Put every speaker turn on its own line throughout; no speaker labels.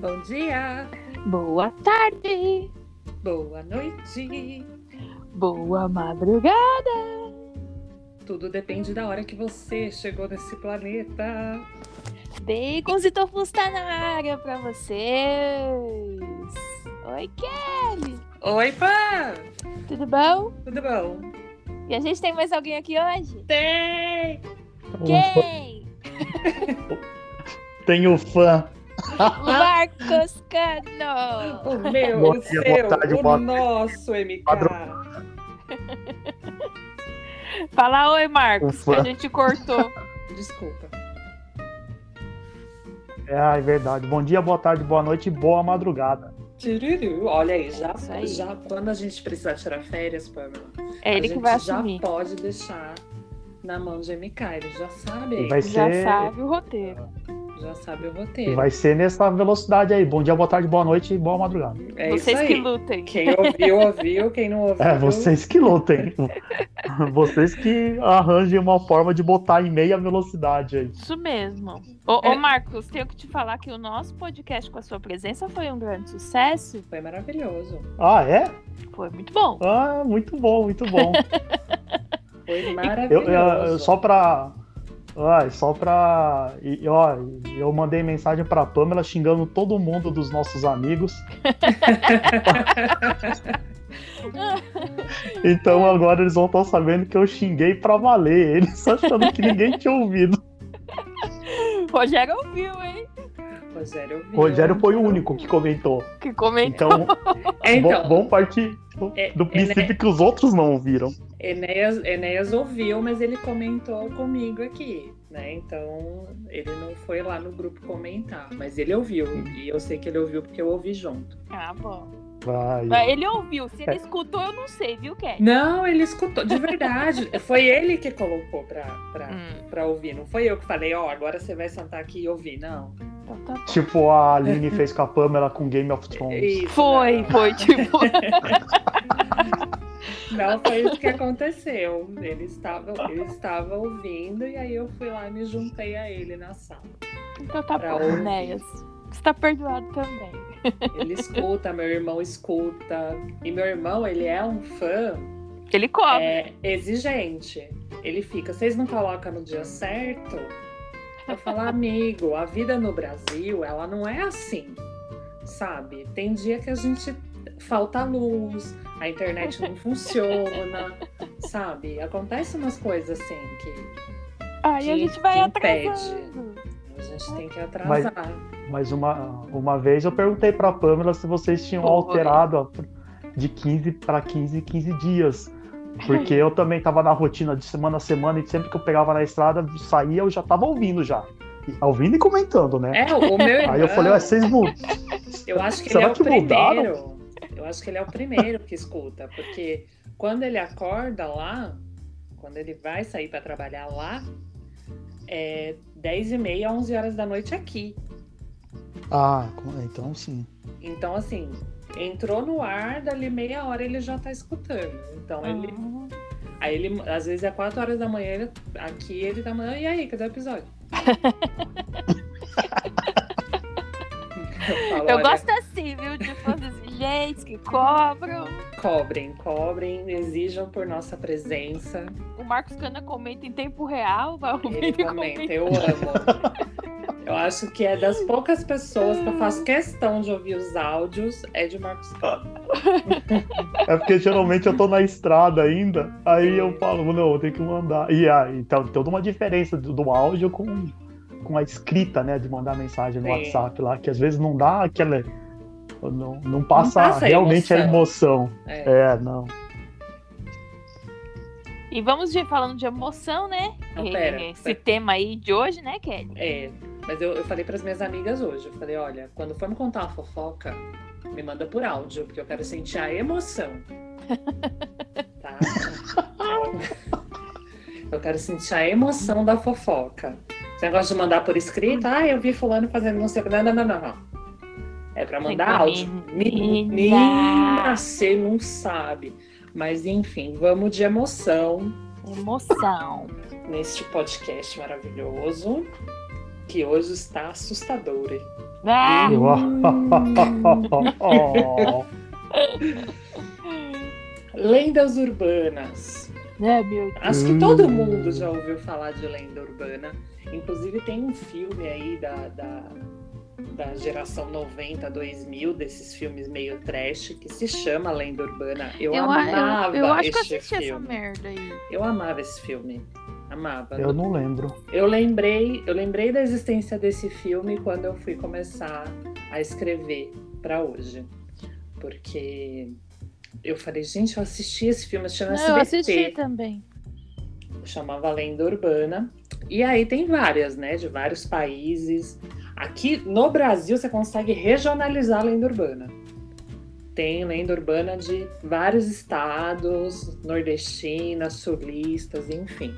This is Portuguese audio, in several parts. Bom dia,
Boa tarde,
boa noite.
boa madrugada.
Tudo depende da hora que você chegou nesse planeta.
Bacons e Tofus tá na área pra vocês. Oi, Kelly,
Oi, pá!
tudo bom?
Tudo bom?
E a gente tem mais alguém aqui hoje?
Tem!
Quem?
Tenho fã.
O Marcos Cano.
O meu,
Bom
o
dia,
seu,
boa tarde,
o
boa-
nosso MK.
Padrão.
Fala oi, Marcos, que
Ufa.
a gente cortou.
Desculpa.
É, é verdade. Bom dia, boa tarde, boa noite e boa madrugada.
Tiririu. Olha aí, já,
Isso aí.
já quando a gente precisar tirar férias, Pamela,
É
a
ele que
gente
vai
já tá.
assumir.
pode deixar na mão de MK. Ele já sabe,
E vai,
Já
ser,
sabe o roteiro.
já sabe o
e
roteiro.
vai ser nessa velocidade aí. Bom dia, boa tarde, boa noite e boa madrugada.
É
vocês
isso aí.
que lutem.
Quem ouviu, ouviu. Quem não ouviu,
É, vocês que lutem. vocês que arranjem uma forma de botar em meia velocidade aí.
Isso mesmo. Ô,
É.
ô, Marcos, tenho que te falar que o nosso podcast com a sua presença foi um grande sucesso.
foi maravilhoso.
Ah, é?
Foi muito bom.
Ah, muito bom, muito bom.
Foi
Eu,
maravilhoso.
eu- eu- só pra. Ah, só pra. e, ó, eu mandei mensagem pra Pamela xingando todo mundo dos nossos amigos.
Ah,
então agora eles vão estar sabendo que eu xinguei pra valer. Eles achando que ninguém tinha ouvido.
O Rogério ouviu, hein?
Rogério
O
ouviu.
Rogério foi o único que comentou.
Que comentou.
Então,
É, então,
bom, bom partir do
É,
do
é,
princípio que os outros não ouviram.
Enéas, Enéas ouviu, mas ele comentou comigo aqui, né? Então, ele não foi lá no grupo comentar, mas ele ouviu. E eu sei que ele ouviu porque eu ouvi junto.
Ah, bom.
Vai.
Mas ele ouviu. Se ele escutou, eu não sei, viu, Kelly?
Não, ele escutou, de verdade. foi ele que colocou pra, pra,
Hum,
pra ouvir. Não foi eu que falei, ó, agora você vai sentar aqui e ouvir, não.
então tá bom.
Tipo a Aline fez com a Pamela com Game of Thrones.
É Isso,
Foi,
não.
foi, tipo.
Não foi isso que aconteceu. Ele estava, ele estava ouvindo e aí eu fui lá e me juntei a ele na sala.
Então tá
Pra
bom,
ouvir.
Enéas. Você tá perdoado também.
Ele escuta, meu irmão escuta. E meu irmão, ele é um fã
Ele cobra.
é, exigente. Ele fica, vocês não colocam no dia certo? Eu falo, amigo, a vida no Brasil, ela não é assim, sabe? Tem dia que a gente falta luz, a internet não funciona, sabe? Acontece umas coisas assim que
Aí a
que-
gente vai
que impede.
atrasando.
a gente tem que atrasar.
Mas uma, uma vez eu perguntei pra Pamela se vocês tinham
Foi.
alterado a- de 15 para 15 em 15 dias. Porque eu também tava na rotina de semana a semana e sempre que eu pegava na estrada, saía, eu já tava ouvindo já. E- Ouvindo e comentando, né?
É, o meu irmão.
Aí eu falei, "Ah, ué, vocês mudam.
Eu acho que
Será
ele é o
que mudaram?
primeiro. Eu acho que ele é o primeiro que escuta, porque quando ele acorda lá, quando ele vai sair para trabalhar lá, é 10 e meia, 11 horas da noite aqui.
Ah, então sim.
Então, assim, entrou no ar, dali meia hora ele já tá escutando. Então, ele,
Ah,
aí ele, às vezes é 4 horas da manhã, ele, aqui ele tá mandando, e aí, cadê o episódio? Eu, falo,
Eu
"Olha,
gosto assim, viu? De fãs exigentes que cobram.
Cobrem, cobrem, exijam por nossa presença.
O Marcos Cana comenta em tempo real, vai ouvir
Ele comenta, eu amo. Eu acho que é das poucas pessoas que eu faço questão de ouvir os áudios, é de Marcos Cano.
É porque geralmente eu tô na estrada ainda, aí eu falo, não, eu tenho que mandar. E aí, então, tem toda uma diferença do, do áudio com, com a escrita, né, de mandar mensagem no
Sim.
WhatsApp lá, que às vezes não dá aquela. Não, não passa,
passa a
realmente a emoção.
É.
É, não.
E vamos de, falando de emoção, né?
Não,
Eh,
pera,
Esse
pera.
tema aí de hoje, né, Kelly?
é. Mas eu, eu falei para as minhas amigas hoje, eu falei, olha, quando for me contar uma fofoca, me manda por áudio, porque eu quero sentir a emoção. Tá? Eu quero sentir a emoção da fofoca. Esse negócio de mandar por escrito, ah, eu vi fulano fazendo não sei o que. Não, não, não, não, não. É pra mandar áudio.
Menina!
Menina, você não sabe. Mas enfim, vamos de emoção
Emoção.
neste podcast maravilhoso. que hoje está assustadora.
Ah,
Eu- Oh,
Lendas urbanas.
né, meu Deus.
Acho que
Hum.
todo mundo já ouviu falar de lenda urbana. Inclusive tem um filme aí da, da, da geração 90, 2000, desses filmes meio trash, que se chama Lenda Urbana. Eu,
Eu, a- eu-
amava
eu acho que eu
este
assisti essa
filme.
merda aí.
Eu amava esse filme. Amava.
eu não lembro.
Eu lembrei, eu lembrei da existência desse filme quando eu fui começar a escrever para hoje. Porque eu falei, gente, eu assisti esse filme, é chama SBT
Não, eu assisti também.
chamava Lenda Urbana. E aí tem várias, né? De vários países. Aqui no Brasil você consegue regionalizar a lenda urbana. Tem lenda urbana de vários estados, nordestinas, sulistas, enfim.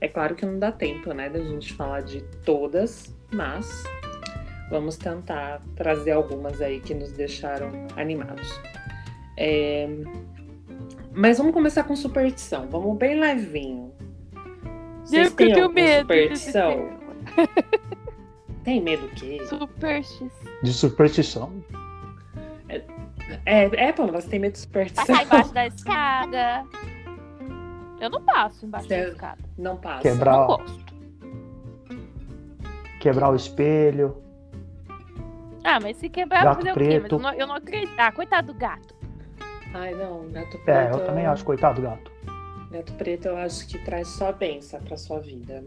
É claro que não dá tempo, né, da gente falar de todas, mas vamos tentar trazer algumas aí que nos deixaram animados. É, Mas vamos começar com superstição. Vamos bem levinho. Vocês
Gente, eu
têm
tenho
alguma
medo desse
Superstição? Tem medo que?
Superstição.
De superstição.
É, é, Paloma, você tem medo de superstição?
Passar embaixo da escada. Eu não passo embaixo da
Certo.
escada.
Não passa.
Quebra-
Eu
Brau.
não gosto.
Quebrar o espelho.
Ah, mas se quebrar,
Gato
vai fazer o quê? Mas
preto.
eu não, eu não acredito. Ah, coitado do gato.
Ai, não, gato preto.
É, eu
Uhum.
também acho, coitado do gato.
Gato preto eu acho que traz só benção pra sua vida.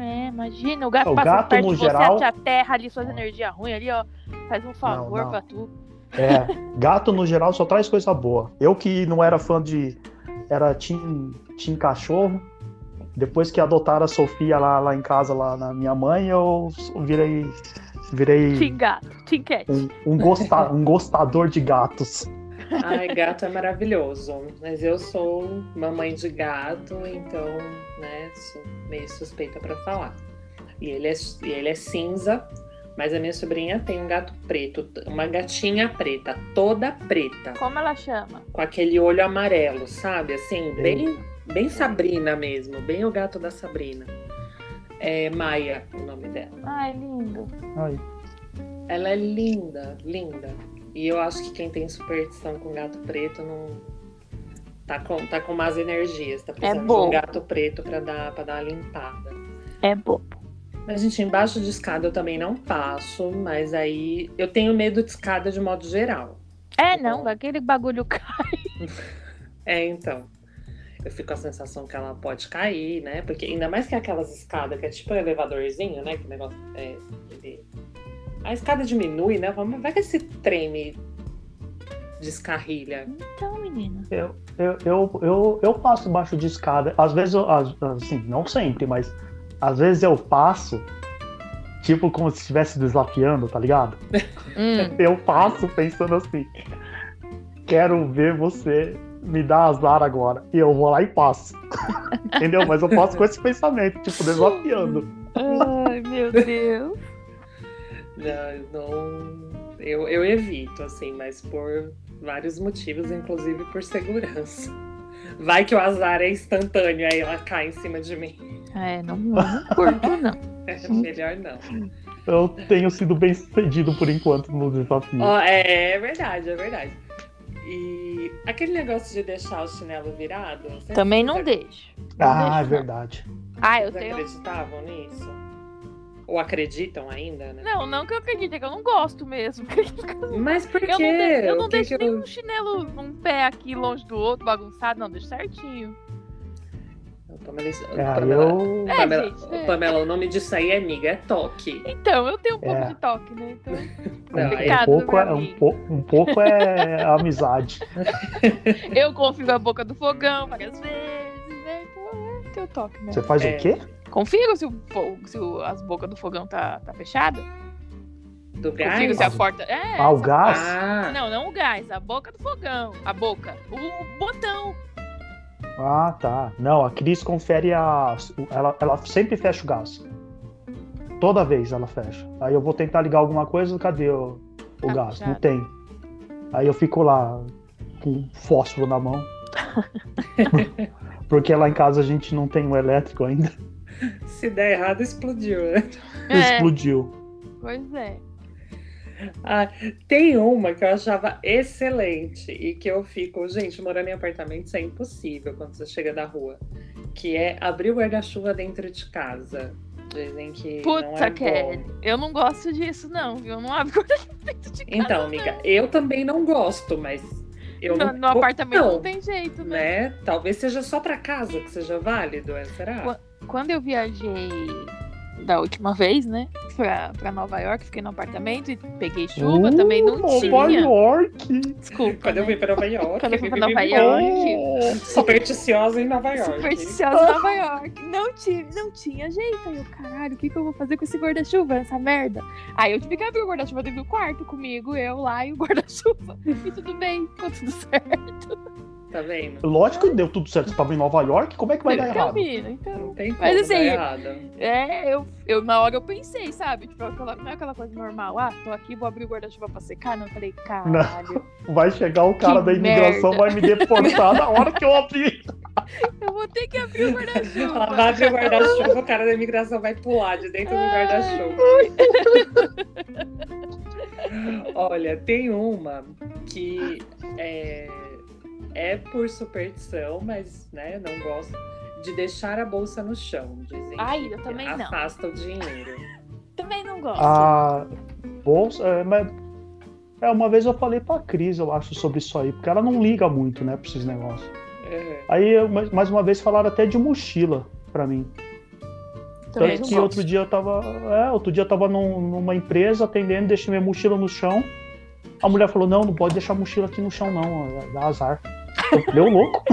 É, imagina, o gato
O
passa
gato,
perto
no
de você,
geral-
acha a terra ali, suas energias ruins ali, ó. Faz um favor
não.
pra tu.
É, gato no geral só traz coisa boa. Eu que não era fã de. Era Team, team Cachorro. Depois que adotaram a Sofia lá, lá em casa, lá na minha mãe, eu virei. Virei
Tim gato, tim cat.
um, um gosta- um gostador de gatos.
Ai, gato é maravilhoso. Mas eu sou mamãe de gato, então, né, sou meio suspeita pra falar. E ele é, e ele é cinza, mas a minha sobrinha tem um gato preto, uma gatinha preta, toda preta,
Como ela chama?
com aquele olho amarelo, sabe? Assim, bem, bem Sabrina mesmo, bem o gato da Sabrina. É Maia o nome dela.
Ai, lindo.
Ai,
Ela é linda, linda. E eu acho que quem tem superstição com gato preto não. Tá com, tá com más energias, tá precisando de
bom.
um gato preto pra dar, pra dar uma limpada.
É bobo.
Mas, gente, embaixo de escada eu também não passo, mas aí eu tenho medo de escada de modo geral.
É,
Hum.
não, aquele bagulho cai.
É, então. Eu fico com a sensação que ela pode cair, né? Porque ainda mais que aquelas escadas que é tipo um elevadorzinho, né? Que o negócio é. ele- A escada diminui, né? Vamos- Vai que esse trem me descarrilha.
Então, menina.
Eu, eu, eu, eu passo embaixo de escada. Às vezes, eu, as- assim, não sempre, mas às vezes eu passo, tipo como se estivesse desafiando, tá ligado?
Hum.
Eu passo pensando assim: quero ver você me dar azar agora. E eu vou lá e passo. Entendeu? Mas eu passo com esse pensamento, tipo, desafiando.
Ai, meu Deus.
Não, não- eu, eu evito, assim, mas por vários motivos, inclusive por segurança. Vai que o azar é instantâneo, aí ela cai em cima de mim.
É, não, não curto, não.
É melhor não.
Eu tenho sido bem sucedido por enquanto no desafio.
Ó, é verdade, é verdade. E aquele negócio de deixar o chinelo virado. vocês-
Também não
vocês
deixo. Não
Ah, é
deixo, não.
verdade.
Ah, eu
Vocês
tenho.
acreditavam nisso? Ou acreditam ainda, né?
Não, não que eu acredite, é que eu não gosto mesmo.
Mas por quê?
Eu não, de- eu não
O que
deixo
que eu-
nenhum chinelo, um pé aqui longe do outro, bagunçado, não, deixo certinho.
Pamela,
É,
Pamela,
eu.
É,
Pamela,
gente, é.
Pamela, o nome disso aí é amiga, é toque.
Então, eu tenho um pouco
É.
de toque, né? Então,
Não, aí-
Complicado,
um, pouco
meu
é, um,
amigo.
po- um pouco é amizade.
eu confio a boca do fogão várias vezes, né? Então, é teu toque mesmo.
Você faz
É.
o quê?
Confiro se, o, fo- se o- as bocas do fogão tá, tá fechada.
Do
Confiro
gás?
se a porta. É,
Ah, o
se-
gás?
Ah,
Não, não o gás, a boca do fogão. A boca. O, o botão.
Ah, tá. Não, a Cris confere a. Ela, ela sempre fecha o gás. Toda vez ela fecha. Aí eu vou tentar ligar alguma coisa, cadê o, o
Tá
gás? Não
fechado.
tem. Aí eu fico lá com um fósforo na mão. Porque lá em casa a gente não tem o um elétrico ainda.
Ah, Se der errado, explodiu. né?
É,
Explodiu.
pois é.
Ah, tem uma que eu achava excelente e que eu fico, gente, morando em apartamento isso é impossível quando você chega da rua. Que é abrir o guarda-chuva dentro de casa. Dizem que. não
Puta,
é
Kelly.
bom.
Eu não gosto disso, não, viu? Não abro dentro de casa.
Então, amiga, eu também não gosto, mas eu
no,
não
no
vou-
apartamento não.
não,
tem jeito, né?
Então, né? Talvez seja só pra casa que seja válido, é? será?
Qua- Quando eu viajei da última vez, né? Pra, pra Nova York, fiquei no apartamento e peguei chuva,
Uh,
também não
Nova
tinha.
York.
Desculpa.
Quando eu
né?
fui pra Nova York.
Quando eu fui pra Nova York.
Oh.
Supersticiosa em Nova York.
Supersticiosa em Nova York. Não, tive, não tinha jeito. Aí eu, caralho, o que, que eu vou fazer com esse guarda-chuva, essa merda? Aí eu tive que abrir o guarda-chuva dentro do quarto comigo, eu lá e o guarda-chuva. E tudo bem, ficou tudo certo.
Tá vendo?
Lógico que deu tudo certo. Você tava em Nova York, como é que vai dar errado?
Termina, então.
Não tem como
Mas
dar
assim,
errado.
É, eu, eu na hora eu pensei, sabe? Tipo, aquela- não é aquela coisa normal, ah, tô aqui, vou abrir o guarda-chuva pra secar. Não, eu falei, caralho,
Vai chegar o cara
Que
da imigração,
merda.
vai me deportar na hora que eu abrir.
eu vou ter que abrir o
Ela vai
guarda-chuva.
abrir o guarda-chuva, o cara da imigração vai pular de dentro do
Ai.
guarda-chuva. Olha, tem uma que é, é por superstição, mas né, não gosto de deixar a bolsa no chão. Dizem
Ai,
que
eu também não.
afasta o dinheiro.
Também não gosto.
Ah, bolsa. É, mas- é, uma vez eu falei pra Cris, eu acho, sobre isso aí, porque ela não liga muito, né, pra esses negócios.
É.
Aí, eu- mais mais uma vez, falaram até de mochila pra mim.
também
Tanto
não
que
gosto.
outro dia eu tava. É, outro dia eu tava num- numa empresa atendendo, deixei minha mochila no chão. A mulher falou, não, não pode deixar a mochila aqui no chão, não. é, Dá azar. Eu falei, ô louco.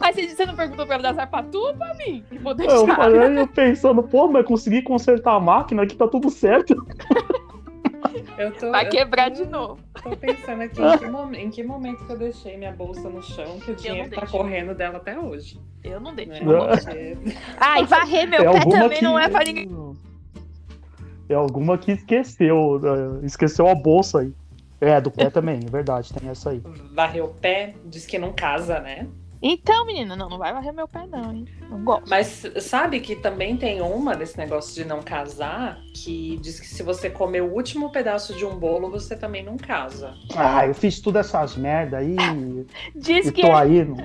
Aí você, você não perguntou pra ela dar azar pra tu ou pra mim? Que vou deixar.
Eu falei, eu pensando, pô, mas consegui consertar a máquina aqui, tá tudo certo.
Eu tô,
Vai
eu
quebrar
tô-
de novo.
Tô pensando aqui em que, mom- em que momento que eu deixei minha bolsa no chão, que o dinheiro tá
deixo.
correndo dela até hoje.
Eu não deixo.
né?
Não.
Porque-
Ai, varrer meu
é
pé
alguma
também
que...
não é pra ninguém.
É alguma que esqueceu, né? esqueceu a bolsa aí. É, do pé também, é verdade, tem essa aí.
Varreu o pé, diz que não casa, né?
Então, menina, não, não vai varrer meu pé, não, hein? Não gosto.
Mas sabe que também tem uma desse negócio de não casar, que diz que se você comer o último pedaço de um bolo, você também não casa.
Ah, eu fiz tudo essas merda aí
Diz
e
que é-
tô aí no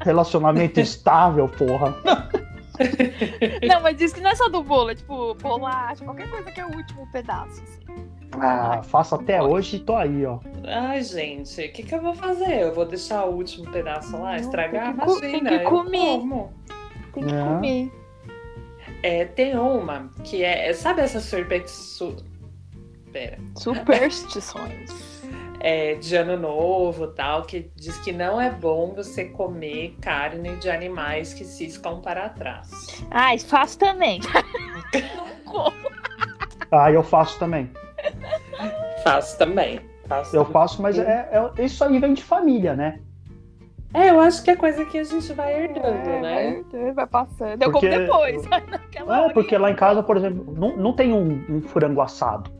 relacionamento estável, porra.
Não, mas diz que não é só do bolo, é tipo bolacha, qualquer coisa que é o último pedaço. assim.
Ah, faço até hoje e tô aí, ó.
Ai, gente, o que, que eu vou fazer? Eu vou deixar o último pedaço lá,
Não,
estragar?
tem que co- tem
Imagina,
que
eu
comer.
como.
Tem que
É.
comer.
É, tem uma que é, é- sabe essa sorvete su... Pera.
Superstições.
é, de ano novo tal, que diz que não é bom você comer carne de animais que ciscam para trás.
Ai, faço também.
Tá
Não como.
Ah, eu faço também.
Faço também. Faço
Eu faço, mas é, é- isso aí vem de família, né?
É, eu acho que é coisa que a gente vai herdando, né?
É, vai, vai passando. Eu
Porque-
como depois. mas naquela
É,
hora
porque
eu-
lá em casa, por exemplo, não, não tem um, um frango assado.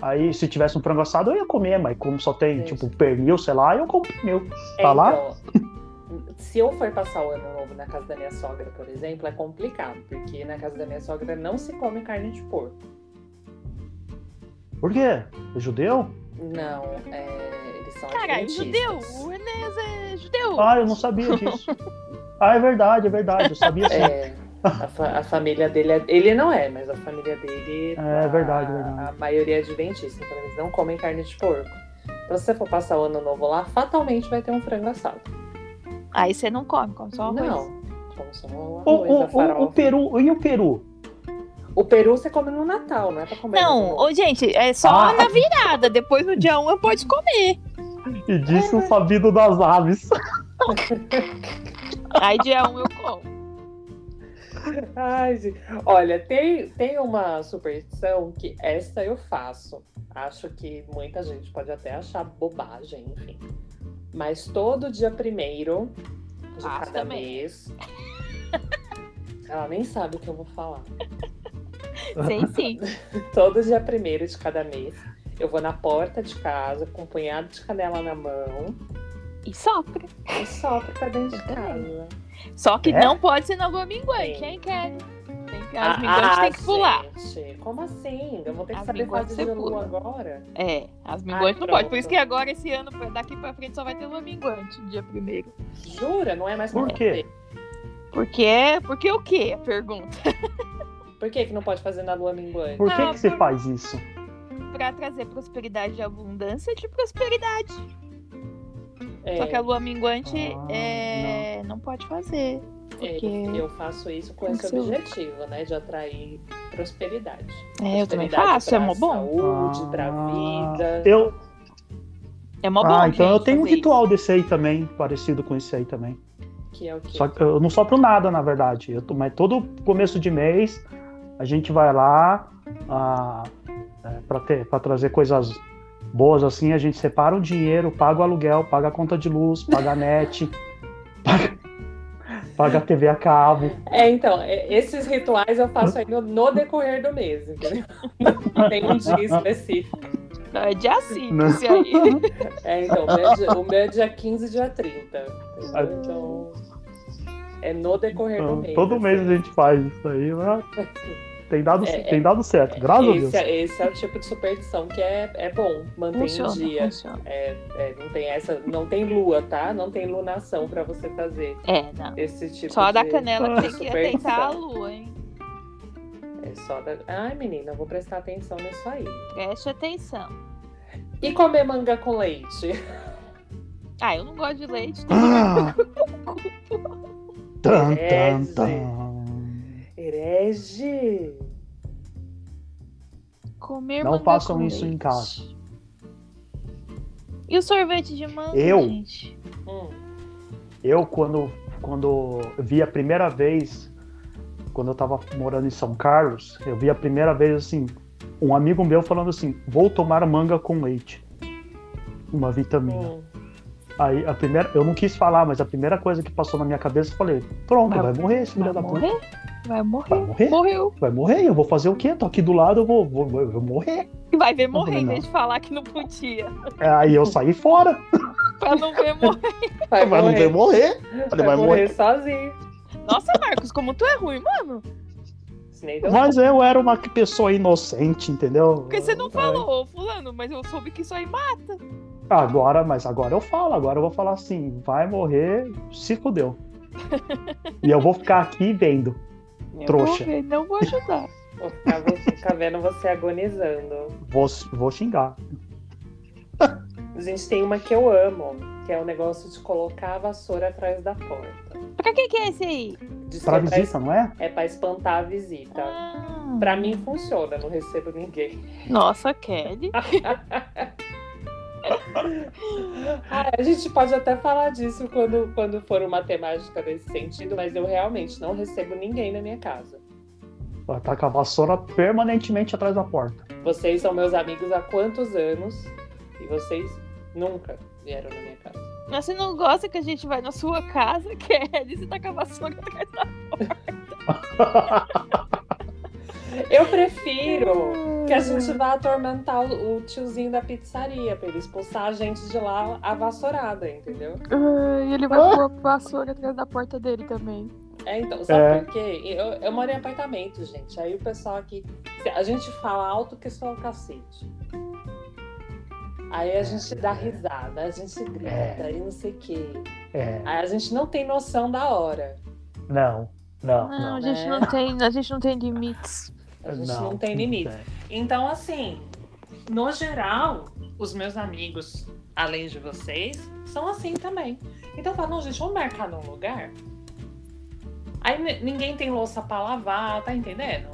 Aí, se tivesse um frango assado, eu ia comer, mas como só tem,
Sim.
tipo, pernil, sei lá, eu como pernil.
É,
Tá lá?
então, se eu for passar o ano novo na casa da minha sogra, por exemplo, é complicado, porque na casa da minha sogra não se come carne de porco.
Por quê? É judeu?
Não, é, eles são
Caralho, judeu.
adventistas.
O Enes é judeu.
Ah, eu não sabia disso. ah, é verdade, é verdade, eu sabia sim.
É, a, fa- a família dele, é- ele não é, mas a família dele.
É,
a-
verdade, verdade.
A maioria é adventista, então eles não comem carne de porco. Então, se você for passar o ano novo lá, fatalmente vai ter um frango assado.
Aí você não come, come só arroz.
não. Como só um
O,
arroz,
o,
a
o,
farofa.
o Peru, e o Peru?
O peru você come no Natal, não é pra comer. no
Não,
Ano Novo.
ô, gente, é só
Ah.
na virada. Depois no dia 1 eu posso comer.
E
É,
disse o
né?
sabido das aves.
Aí dia 1 eu como.
Ai, gente. Olha, tem, tem uma superstição que essa eu faço. Acho que muita gente pode até achar bobagem, enfim. Mas todo dia primeiro de
Faço
cada
Ah, também.
mês. Ela nem sabe o que eu vou falar.
Sei sim.
Todo dia primeiro de cada mês, eu vou na porta de casa com um punhado de canela na mão
E sopra.
e sopro pra dentro de
Eu também.
casa.
Só que
É?
não pode ser na lua minguante,
Sim.
hein, Kelly? Tem que, as
Ah,
minguantes
ah,
têm que pular.
gente, como assim? Eu vou ter que
As
saber
minguantes
fazer
você
de lua
pula.
agora?
É, as minguantes não pode. Por
Ah, pronto.
isso que agora, esse ano, daqui pra frente, só vai ter lua minguante, dia primeiro.
Jura? Não é mais pra
Por quê?
fazer.
Porque é. Porque o quê? Pergunta.
Por que, que não pode fazer na lua minguante?
Por que,
Ah,
que você
por-
faz isso?
Pra trazer prosperidade e abundância de prosperidade.
É,
Só que a lua minguante
Ah,
é, não. pode fazer.
é,
Porque.
eu faço isso com
Tem
esse
que ser outra.
objetivo, né? De atrair prosperidade.
É, eu também
Prosperidade
faço, é
pra
mó bom.
Saúde, pra
Ah,
vida.
Eu,
É mó bom.
ah, então eu
gente,
tenho um
fazer
ritual desse aí também, parecido com esse aí também.
Que é o quê?
Só que eu não sopro nada, na verdade. Eu, tô- mas todo começo de mês a gente vai lá ah, é, pra ter- pra trazer coisas boas assim. A gente separa o dinheiro, paga o aluguel, paga a conta de luz, paga a net, paga, paga a TV a cabo.
É, então, é, esses rituais eu faço aí no, no decorrer do mês, entendeu? Não Tem um dia específico.
isso. Não, é dia 5
Não.
esse aí.
É, então, o meu, dia- o meu é dia 15 e dia 30. entendeu? Então, é no decorrer
Ah. Então,
do mês.
todo
assim.
mês a gente faz isso aí, mas tem dado,
É,
tem dado certo, graças a Deus.
Esse, é- esse é o tipo de superstição que é, é bom, mantém o dia.
Funciona, funciona.
É, não tem essa, não tem lua, tá? Não tem lunação pra você fazer
É, não.
esse tipo
Só a
de
da canela que tem que
superstição.
deitar a lua, hein?
É só da... Ai, menina, eu vou prestar atenção nisso aí.
Preste atenção.
E comer manga com leite?
Ah, eu não gosto de leite.
Ah! Tan, tan,
Esse.
tan.
Herege!
Comer
Não
manga
façam
com
isso em
leite.
casa.
E o sorvete de manga,
Eu?
gente?
Hum,
Eu, quando, quando vi a primeira vez, quando eu tava morando em São Carlos, eu vi a primeira vez assim, um amigo meu falando assim: vou tomar manga com leite. Uma vitamina.
hum.
Aí a primeira, eu não quis falar, mas a primeira coisa que passou na minha cabeça, eu falei: pronto,
Vai-
vai morrer esse
Vai
filho da puta.
morrer? Vai
Vai
morrer.
morrer?
Morreu.
Vai morrer? Eu vou fazer o quê? Tô aqui do lado, eu vou, vou, vou- eu vou morrer.
E vai ver
Não
morrer em
também
vez de falar que não podia.
Aí eu saí fora,
Pra não ver morrer.
Vai
mas não
morrer,
veio morrer.
vai
Falei, vai morrer.
morrer sozinho.
Nossa, Marcos, como tu é ruim, mano.
Senei deu-
Mas eu era uma pessoa inocente, entendeu?
Porque você não
Aí-
falou, ô, fulano, mas eu soube que isso aí mata.
Agora, mas agora eu falo, agora eu vou falar assim, vai morrer, se fudeu. e eu vou ficar aqui vendo.
Eu
Trouxa.
Vou ver, não vou ajudar.
Vou ficar, vou ficar tá vendo você agonizando.
Vou, vou xingar.
Gente, tem uma que eu amo, que é o negócio de colocar a vassoura atrás da porta.
Pra que que é esse aí?
Diz
Pra
que é pra
visita, não é?
es- É pra espantar a visita.
Ah.
Pra mim funciona, não recebo ninguém.
Nossa, Kelly.
Ah, a gente pode até falar disso quando, quando for uma temática nesse sentido, mas eu realmente não recebo ninguém na minha casa.
Ela tá com a vassoura permanentemente atrás da porta.
Vocês são meus amigos há quantos anos e vocês nunca vieram na minha casa.
Mas você não gosta que a gente vai na sua casa, Kelly? Você tá com a vassoura atrás da
Eu prefiro que a
Uhum.
gente vá atormentar o o tiozinho da pizzaria pra ele expulsar a gente de lá a vassourada, entendeu?
Ai, ele vai pôr a vassoura atrás da porta dele também.
É, então, sabe
É.
por quê? Eu, eu moro em apartamento, gente. Aí o pessoal aqui. se- A gente fala alto que só o cacete. Aí a gente dá risada, a gente grita e não sei o quê.
É,
Aí a gente não tem noção da hora.
não, não,
Não, a
não.
gente não é. tem, a gente não tem limites.
A gente não, tem limite.
é,
Então, assim, no geral, os meus amigos, além de vocês, são assim também. Então, eu falo, não, gente, vamos marcar num lugar. Aí ni- ninguém tem louça pra lavar, tá entendendo?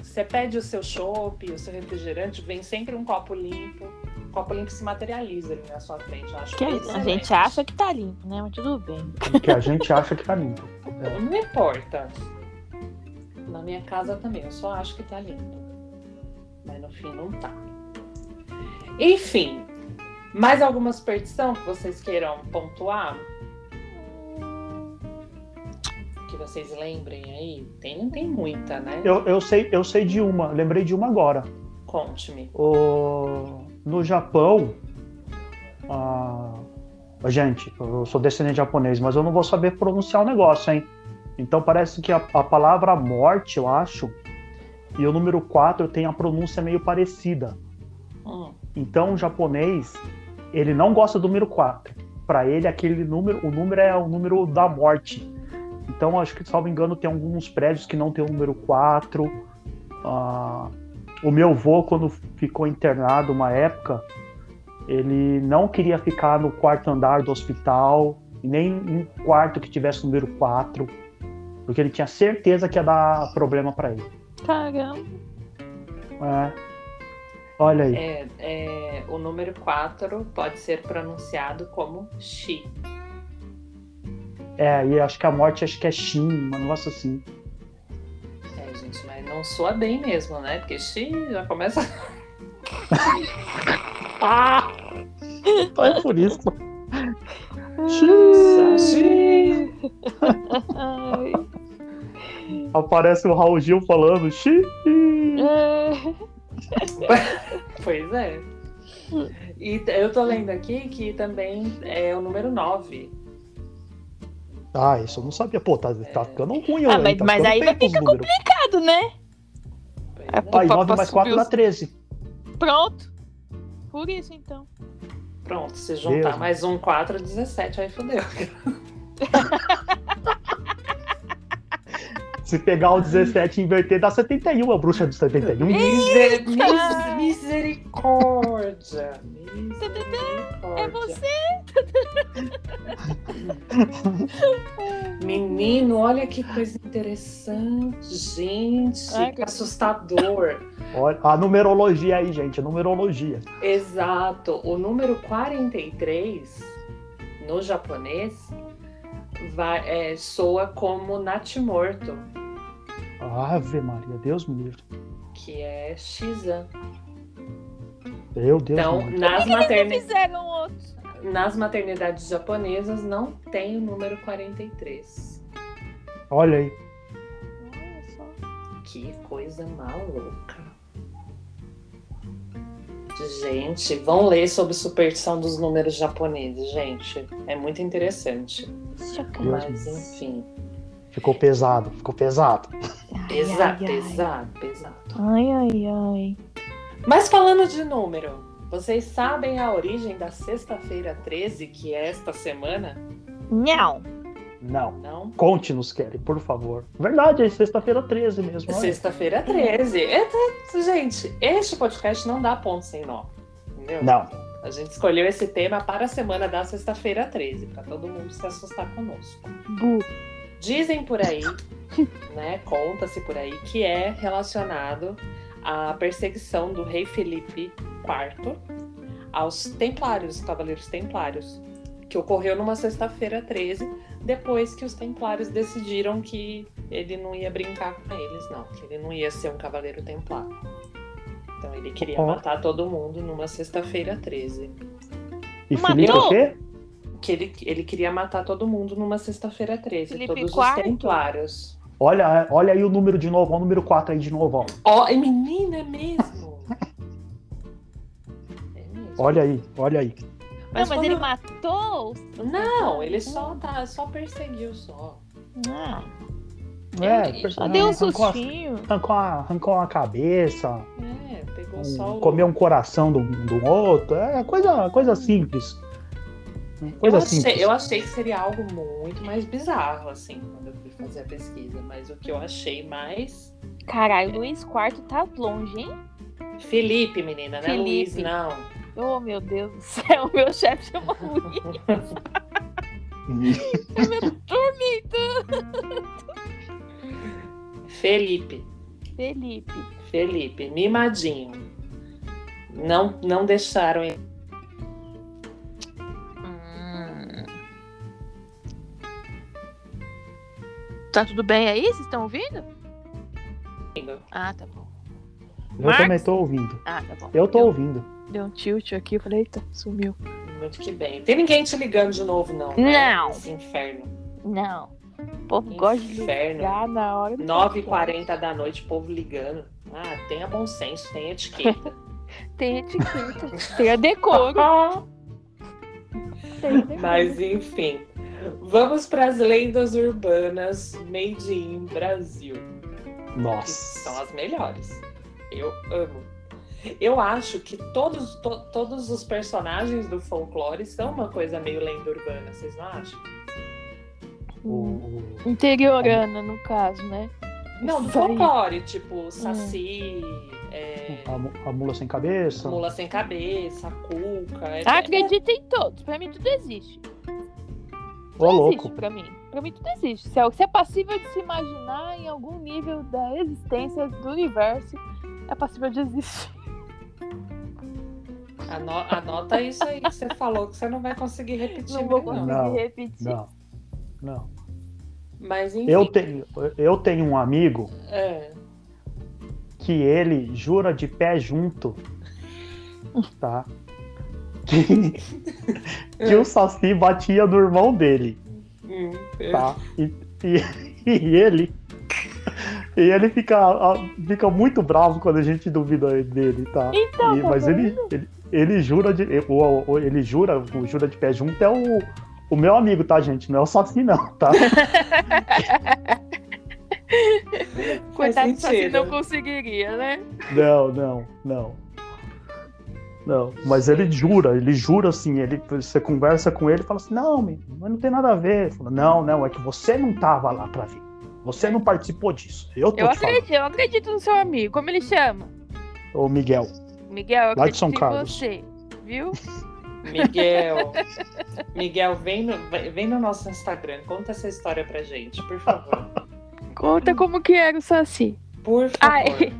Você pede o seu chopp, o seu refrigerante, vem sempre um copo limpo. O copo limpo se materializa ali na sua frente. Eu acho é
Que é a
excelente.
gente acha que tá limpo, né? Mas tudo bem.
Que a gente acha que tá limpo. É.
Não importa. Na minha casa também, eu só acho que tá limpo. Mas no fim não tá. Enfim, mais alguma superstição que vocês queiram pontuar? Que vocês lembrem aí? Tem, não tem muita, né?
Eu, eu, sei, eu sei de uma, lembrei de uma agora.
Conte-me.
O- no Japão, a- gente, eu sou descendente japonês, mas eu não vou saber pronunciar o negócio, hein? Então parece que a, a palavra morte, eu acho, e o número 4 tem a pronúncia meio parecida.
Hum.
Então o japonês, ele não gosta do número 4. Para ele, aquele número, o número é o número da morte. Então acho que, salvo engano, tem alguns prédios que não tem o número 4. Ah, o meu avô, quando ficou internado uma época, ele não queria ficar no quarto andar do hospital, nem em quarto que tivesse o número 4, porque ele tinha certeza que ia dar problema para ele.
Caramba.
É. Olha aí.
É, é, o número 4 pode ser pronunciado como Shi.
É, e acho que a morte acho que é Shin, um negócio assim.
É, gente, mas não soa bem mesmo, né? Porque Shi já começa.
Ah! Então é por isso.
Shi.
Ai.
Aparece o Raul Gil falando xi.
É.
Pois é. E t- eu tô lendo aqui que também é o número 9.
Ah, isso eu não sabia. Pô, tá, tá ficando ruim.
Ah,
hein?
mas-
tá
mas
ficando
aí
feio
vai
os
ficar
números.
Errado, né?
Pois
Ah,
é.
Aí
Pra-
9
pra
mais 4
subir
dá
os-
13.
Pronto. Por isso, então.
Pronto, se juntar
Deus.
mais um 4, 17, aí fodeu.
Se pegar o 17 e inverter, dá 71, a bruxa de
É.
71.
Miser... mis- Misericórdia! Misericórdia.
É você.
Menino, olha que coisa interessante. Gente,
Ai,
que
que-
assustador.
Olha, a numerologia aí, gente, a numerologia.
Exato. O número 43 no japonês vai- é, soa como natimorto,
Ave Maria, Deus me livre.
que é Shizan.
Meu Deus
Então,
me livre.
nas, materne-
Fizeram outro.
nas maternidades japonesas não tem o número 43.
Olha aí.
Olha só.
Que coisa maluca. Gente, vão ler sobre superstição dos números japoneses, gente. É muito interessante.
Chocante.
Deus
Mas,
me livre.
enfim.
Ficou pesado, ficou pesado.
Pesado,
ai, ai.
pesado, pesado.
Ai, ai, ai.
Mas falando de número, vocês sabem a origem da sexta-feira 13, que é esta semana?
Não.
Não.
Não?
Conte-nos, Kelly, por favor. Verdade, é sexta-feira 13 mesmo. olha.
É Sexta-feira 13. Eita, gente, este podcast não dá ponto sem nó. Entendeu?
Não.
A gente escolheu esse tema para a semana da sexta-feira 13, para todo mundo se assustar conosco.
Bu.
Dizem por aí, né? Conta-se por aí que é relacionado à perseguição do rei Felipe IV aos templários, cavaleiros templários, que ocorreu numa sexta-feira 13, depois que os templários decidiram que ele não ia brincar com eles, não, que ele não ia ser um cavaleiro templar. Então ele queria
Ó.
matar todo mundo numa sexta-feira 13.
E
Uma
Felipe
boa.
o quê?
Que ele, ele queria matar todo mundo numa sexta-feira 13,
Felipe
todos os
IV?
templários.
Olha, olha aí o número de novo, olha o número 4 aí de novo. ó.
Ó, é menina é mesmo. É mesmo.
Olha aí, olha aí.
Não, mas
quando-
ele matou. os-
Não, ele só tá, só perseguiu só.
Ah,
Ele-
perce-
só deu um
É, arrancou a-
sustinho.
Arrancou, a, arrancou a cabeça,
É, pegou
um-
só o.
comeu um coração do, do outro. É coisa, coisa simples.
eu,
Coisa assim. simples.
achei, eu achei que seria algo muito mais bizarro, assim, quando eu fui fazer a pesquisa. Mas o que eu achei mais.
Caralho, Luiz IV tá longe, hein?
Felipe, menina, né?
Felipe.
Luiz, não.
Oh, meu Deus do céu, meu chefe é chama Luiz. Eu me atormento.
Felipe.
Felipe.
Felipe, mimadinho. Não, não deixaram ele.
Tá tudo bem aí? Vocês estão ouvindo? Ah, tá bom.
Eu
Marcos?
também tô ouvindo.
Ah, tá bom.
Eu tô
Deu,
ouvindo.
deu um tilt aqui, eu falei, eita, sumiu.
Muito que bem. Tem ninguém te ligando de novo, não. né?
Não.
Esse inferno.
Não. O povo gosta de
Inferno.
ligar na hora. do
9h40 da noite, o povo ligando. Ah, tenha bom senso, tenha etiqueta.
podcast. Tem etiqueta, tem a decoro. Tem a decoro.
Mas enfim. Vamos para as lendas urbanas made in Brasil. que são
Nossa.
Então, as melhores. Eu amo. Eu acho que todos, to- todos os personagens do folclore são uma coisa meio lenda urbana, vocês não acham?
O- o-
Interiorana, no caso, né?
Não, do
Isso aí. Hum.
folclore, tipo Saci, é,
a, mu- a mula sem cabeça.
Mula Sem Cabeça, Cuca. é-
Ah, Acredita em todos. Pra mim tudo existe.
Ô,
Tudo
louco.
existe pra mim. Pra mim tudo existe. Se é, se é passível de se imaginar em algum nível da existência do universo, é passível de existir.
ano- anota isso aí que você falou, que você não vai conseguir repetir.
Não vou
mais,
conseguir
não.
Não,
repetir.
Não. Não.
Mas enfim.
Eu tenho, eu tenho um amigo
é.
que ele jura de pé junto, tá? Que, que o Saci batia no irmão dele,
Hum, é.
tá? E, e- e ele. E ele fica, a- fica muito bravo quando a gente duvida dele, tá?
Então,
E-
tá
mas ele, ele, ele jura de. o- o- Ele jura, o jura de pé junto é o, o meu amigo, tá, gente? Não é o Saci, não, tá?
Coitado
Faz
do Saci
sentido.
não conseguiria, né?
Não, não, não. Não, mas ele jura, ele jura assim, ele, você conversa com ele e fala assim, não, menino, mas não tem nada a ver. Fala, não, não, é que você não tava lá pra ver. Você não participou disso. Eu tô
Eu
te falando.
acredito, eu acredito no seu amigo. Como ele chama?
Ô, Miguel.
Miguel, eu
Lá de
acredito
São
em
Carlos.
você. Viu?
Miguel, Miguel, vem no, vem no nosso Instagram, conta essa história pra gente, por favor.
Conta como que era o Saci.
Por favor.
Ai,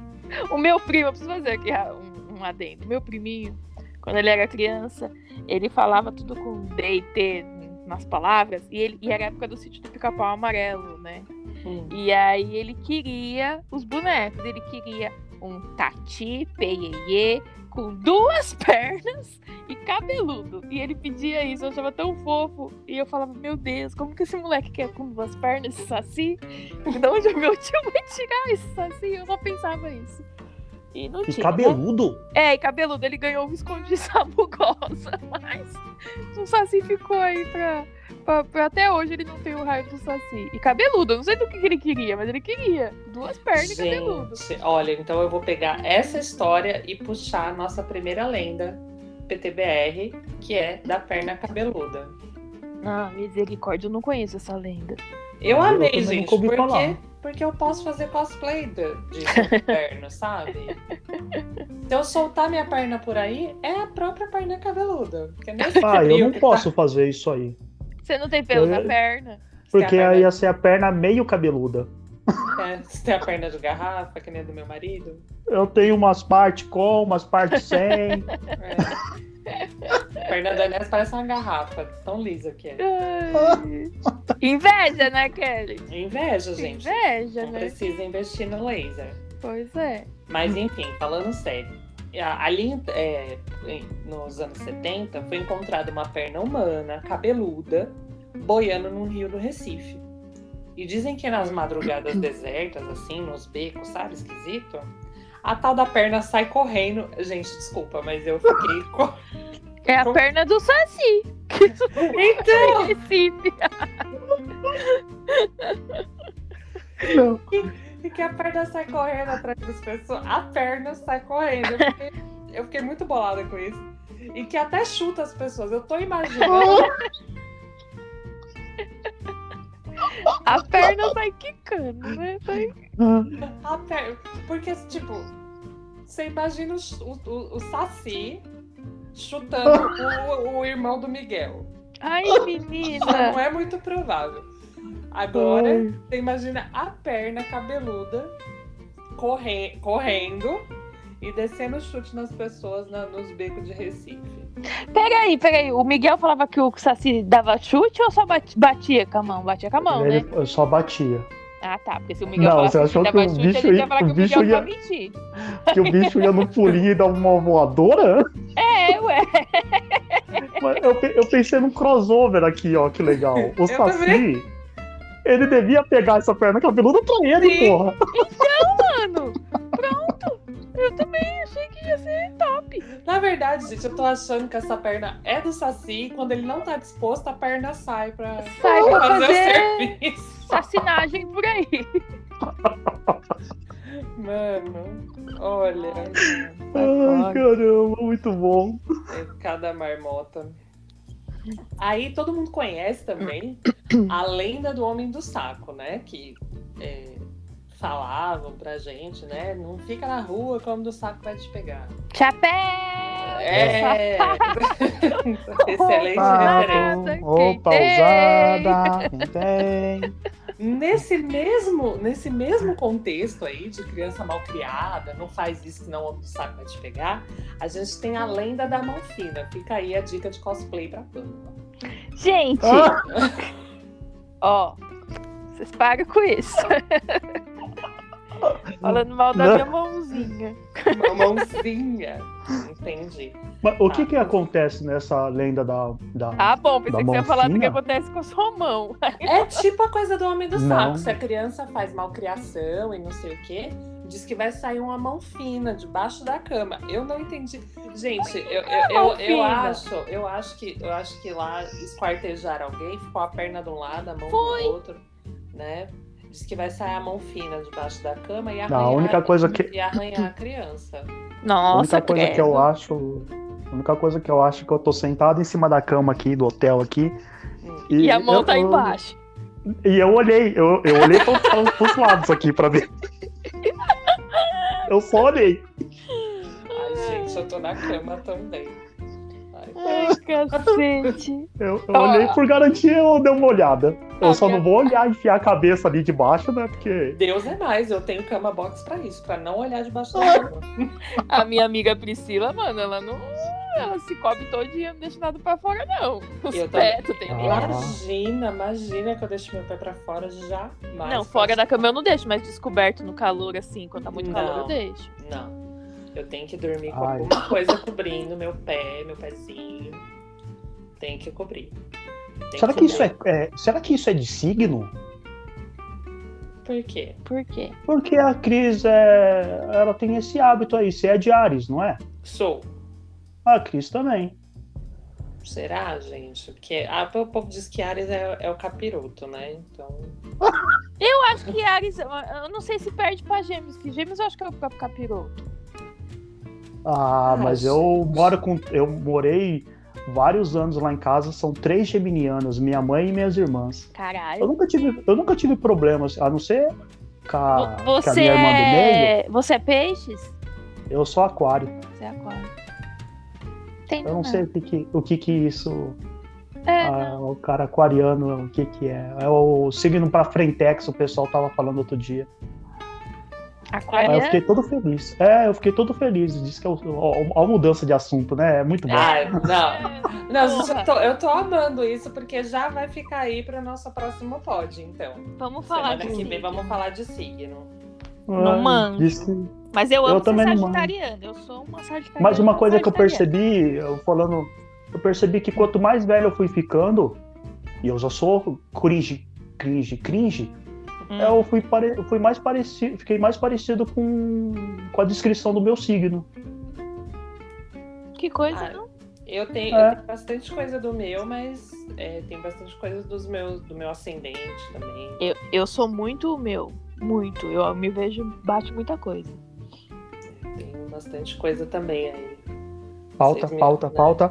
o meu primo, eu preciso fazer aqui ah, um, um adendo. Meu priminho, quando ele era criança, ele falava tudo com D e T nas palavras, e, ele, e era a época do sítio do pica-pau amarelo, né?
Hum.
E aí ele queria os bonecos, ele queria um tati, peiê, com duas pernas e cabeludo. E ele pedia isso, eu achava tão fofo. E eu falava, meu Deus, como que esse moleque quer com duas pernas, esse saci? De onde o meu tio vai tirar esse saci? Eu só pensava isso. E não
E
tinha. né?
cabeludo?
É, e cabeludo, ele ganhou um esconde de sabugosa, mas o Saci ficou aí pra, pra, pra- Até hoje ele não tem o raio do Saci. E cabeludo, eu não sei do que que ele queria, mas ele queria. Duas pernas e cabeludo.
Gente, olha, então eu vou pegar essa história e puxar a nossa primeira lenda, PTBR, que é da perna cabeluda.
Ah, misericórdia, eu não conheço essa lenda.
Eu
Eu
amei,
também
gente,
nunca ouvi
porque,
falar.
porque eu posso fazer cosplay de, de perna, sabe? Se eu soltar minha perna por aí, é a própria perna cabeluda. Porque nem
Ah, eu
sabia o
não
que tá-
posso fazer isso aí.
Você não tem pelo
Eu-
na
É.
perna?
Porque
se a
aí
perna-
ia ser a perna meio cabeluda.
É, se tem a perna de garrafa, que nem a do meu marido.
Eu tenho umas partes com, umas partes sem.
É. A perna da Inês parece uma garrafa, tão lisa que é.
Ai. Inveja, né, Kelly?
Inveja, gente.
Inveja,
Não
né?
precisa investir no laser.
Pois é.
Mas enfim, falando sério. a- Ali é, em- nos anos 70 foi encontrada uma perna humana, cabeluda, boiando num rio do Recife. E dizem que nas madrugadas desertas, assim, nos becos, sabe, esquisito, a tal da perna sai correndo. Gente, desculpa, mas eu fiquei. co-
É a
Como-
perna do Saci. Que isso não é
Então!
Recife.
Não.
E que a perna sai correndo atrás das pessoas. A perna sai correndo. Eu fiquei, eu fiquei muito bolada com isso. E que até chuta as pessoas. Eu tô imaginando.
A perna sai quicando, né? Sai
A per... Porque, tipo, você imagina o, o, o Saci chutando o, o irmão do Miguel.
Ai,
Já
menina!
não é muito provável. Agora,
Ai.
você imagina a perna cabeluda corre... correndo e descendo chute nas pessoas na- nos becos de Recife.
Peraí, peraí. O Miguel falava que o Saci dava chute ou só bati- batia com a mão? Batia com a mão,
Ele
né?
eu só batia.
Ah, tá. Porque se o Miguel
Não, você
falasse que
achou
dava
que o
chute,
um bicho
ele
ia-
ia falar que
o
o Miguel
bicho
ia...
ia-
mentir.
Que o bicho ia no pulinho e dava uma voadora. né?
É, ué.
Mas eu, pe- eu pensei num crossover aqui, ó, que legal. O
Eu
Saci, ele devia pegar essa perna cabeluda pra ele,
Sim.
porra.
Mano, pronto. Eu também achei que ia ser top.
Na verdade, gente, eu tô achando que essa perna é do Saci. e Quando ele não tá disposto, a perna sai pra
Sai pra
fazer o
fazer
serviço.
assassinagem por aí.
Mano, olha. Tá
Ai, caramba, muito bom.
É cada marmota. Aí todo mundo conhece também a lenda do homem do saco, né? Que é, falavam pra gente, né? Não fica na rua que o homem do saco vai te pegar.
Chapéu!
É! Excelente
Ah.
Tá
referência.
Ousada,
Opa,
quem tem?
ousada, quem tem?
Nesse mesmo, nesse mesmo contexto aí de criança mal criada, não faz isso senão o homem do saco vai te pegar, a gente tem a lenda da mão fina. Fica aí a dica de cosplay pra Pamela.
Gente,
Ah,
ó. Vocês param com isso. Falando mal da
Não.
minha mãozinha.
Uma mãozinha. Entendi.
mas o que que acontece nessa lenda da... da...
Ah, bom, pensei
Da
que você ia falar do que
mãozinha?
acontece com a sua mão.
É tipo a coisa do homem do
Não.
saco. Se a criança faz malcriação e não sei o quê, diz que vai sair uma mão fina debaixo da cama. Eu não entendi. Gente, eu, eu, eu,
mão
eu
fina?
acho, eu acho que eu acho que lá esquartejaram alguém, ficou a perna de um lado, a mão
Foi.
do outro, né? Diz que vai sair a mão fina debaixo da cama e
Não,
arranhar,
a única coisa que-
e arranhar a criança.
A
Nossa,
única coisa que eu acho... A única coisa que eu acho é que eu tô sentado em cima da cama aqui, do hotel aqui.
Hum.
E a mão
eu-
tá
eu-
embaixo.
E eu olhei, eu, eu olhei pra, pra, um, pros lados aqui pra ver. Eu só olhei.
Ai, gente, eu tô na cama também. Ai,
Ai, cacete.
Eu, eu
Ó.
olhei por garantia, eu dei uma olhada. Eu
Ah,
só
meu-
não vou olhar e enfiar a cabeça ali de baixo, né? Porque.
Deus é mais, eu tenho cama box pra isso, pra não olhar debaixo da cama.
A minha amiga Priscila, mano, ela não. Ela se cobre todo dia, não deixa nada pra fora, não. Os
Eu também.
pés, tu tem
Ah.
Imagina, imagina que eu deixo meu pé pra fora jamais.
Não, fora da cama eu não deixo, mas descoberto no calor, assim, quando tá muito calor, eu
Não.
deixo.
Não. Eu tenho que dormir com
Ai.
alguma coisa cobrindo meu pé, meu pezinho. Tem que cobrir. Tem
Será que isso
olhar.
é, é- Será que isso é de signo? é
Por quê?
Por quê?
Porque a Cris é. Ela tem esse hábito aí, você é de Ares, não é?
Sou.
A Cris também.
Será, gente? Porque ah, o povo diz que Ares é, é o capiroto, né? Então.
Eu acho que Ares, eu- eu não sei se perde pra Gêmeos, que Gêmeos eu acho que é o próprio capiroto.
Ah,
Ah,
mas eu
gente.
moro com. Eu morei vários anos lá em casa, são três geminianas, minha mãe e minhas irmãs. Eu
Caralho.
nunca tive, eu nunca tive problemas, a não ser com Ah, a,
Vo-
com a
Você
minha irmã do meio,
é... Você é peixes?
eu sou aquário.
Você é aquário. Entendo
Eu não
nada.
sei o que, que- o que, que isso.
É, não.
ah, o cara aquariano, o que, que é? É o signo pra frentex, o pessoal tava falando outro dia. Aí Ah, eu
Aquariano?
fiquei todo feliz. É, eu fiquei todo feliz. Diz que é o- ó, ó a mudança de assunto, né? É muito bom.
Ah,
Ai, ah, não.
é-
Não, gente,
Porra.
eu tô, eu tô amando isso, porque já vai ficar aí pra nossa próxima pod, então.
Vamos falar
Semana
disso.
que vem vamos falar de signo.
não
Ai,
manjo.
diz que-
Mas eu amo
Eu também
ser
não
sagitariana. Eu sou uma sagitariana.
Mas uma coisa que eu
sagitariana.
percebi, eu falando, eu percebi que quanto mais velho eu fui ficando, e eu já sou cringe, cringe, cringe,
Hum.
eu fui, pare- eu fui mais parecido, fiquei mais parecido com, com a descrição do meu signo.
Que coisa,
Ah,
não?
Eu tenho,
É.
eu tenho bastante coisa do meu, mas é, tem bastante coisa dos meus, do meu ascendente também.
Eu, eu sou muito o meu. Muito. Eu me vejo, bate muita coisa.
Tem bastante coisa também aí.
Pauta,
Vocês me-
pauta, pauta,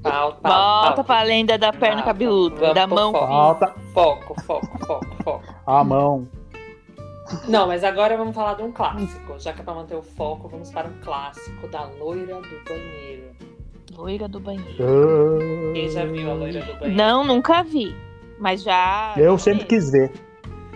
Pauta,
Tá, Volta pra lenda da perna
Ah,
cabeluda,
vamos
da
pro
mão.
foco.
pauta,
Foco, foco, foco, foco.
a mão.
Não, mas agora vamos falar de um clássico. Já que é pra manter o foco, vamos para um clássico da loira do banheiro.
Loira do banheiro.
Ah,
Quem já viu a loira
Hum.
do banheiro?
Não, nunca vi. Mas já.
Ah, Eu sempre quis ver.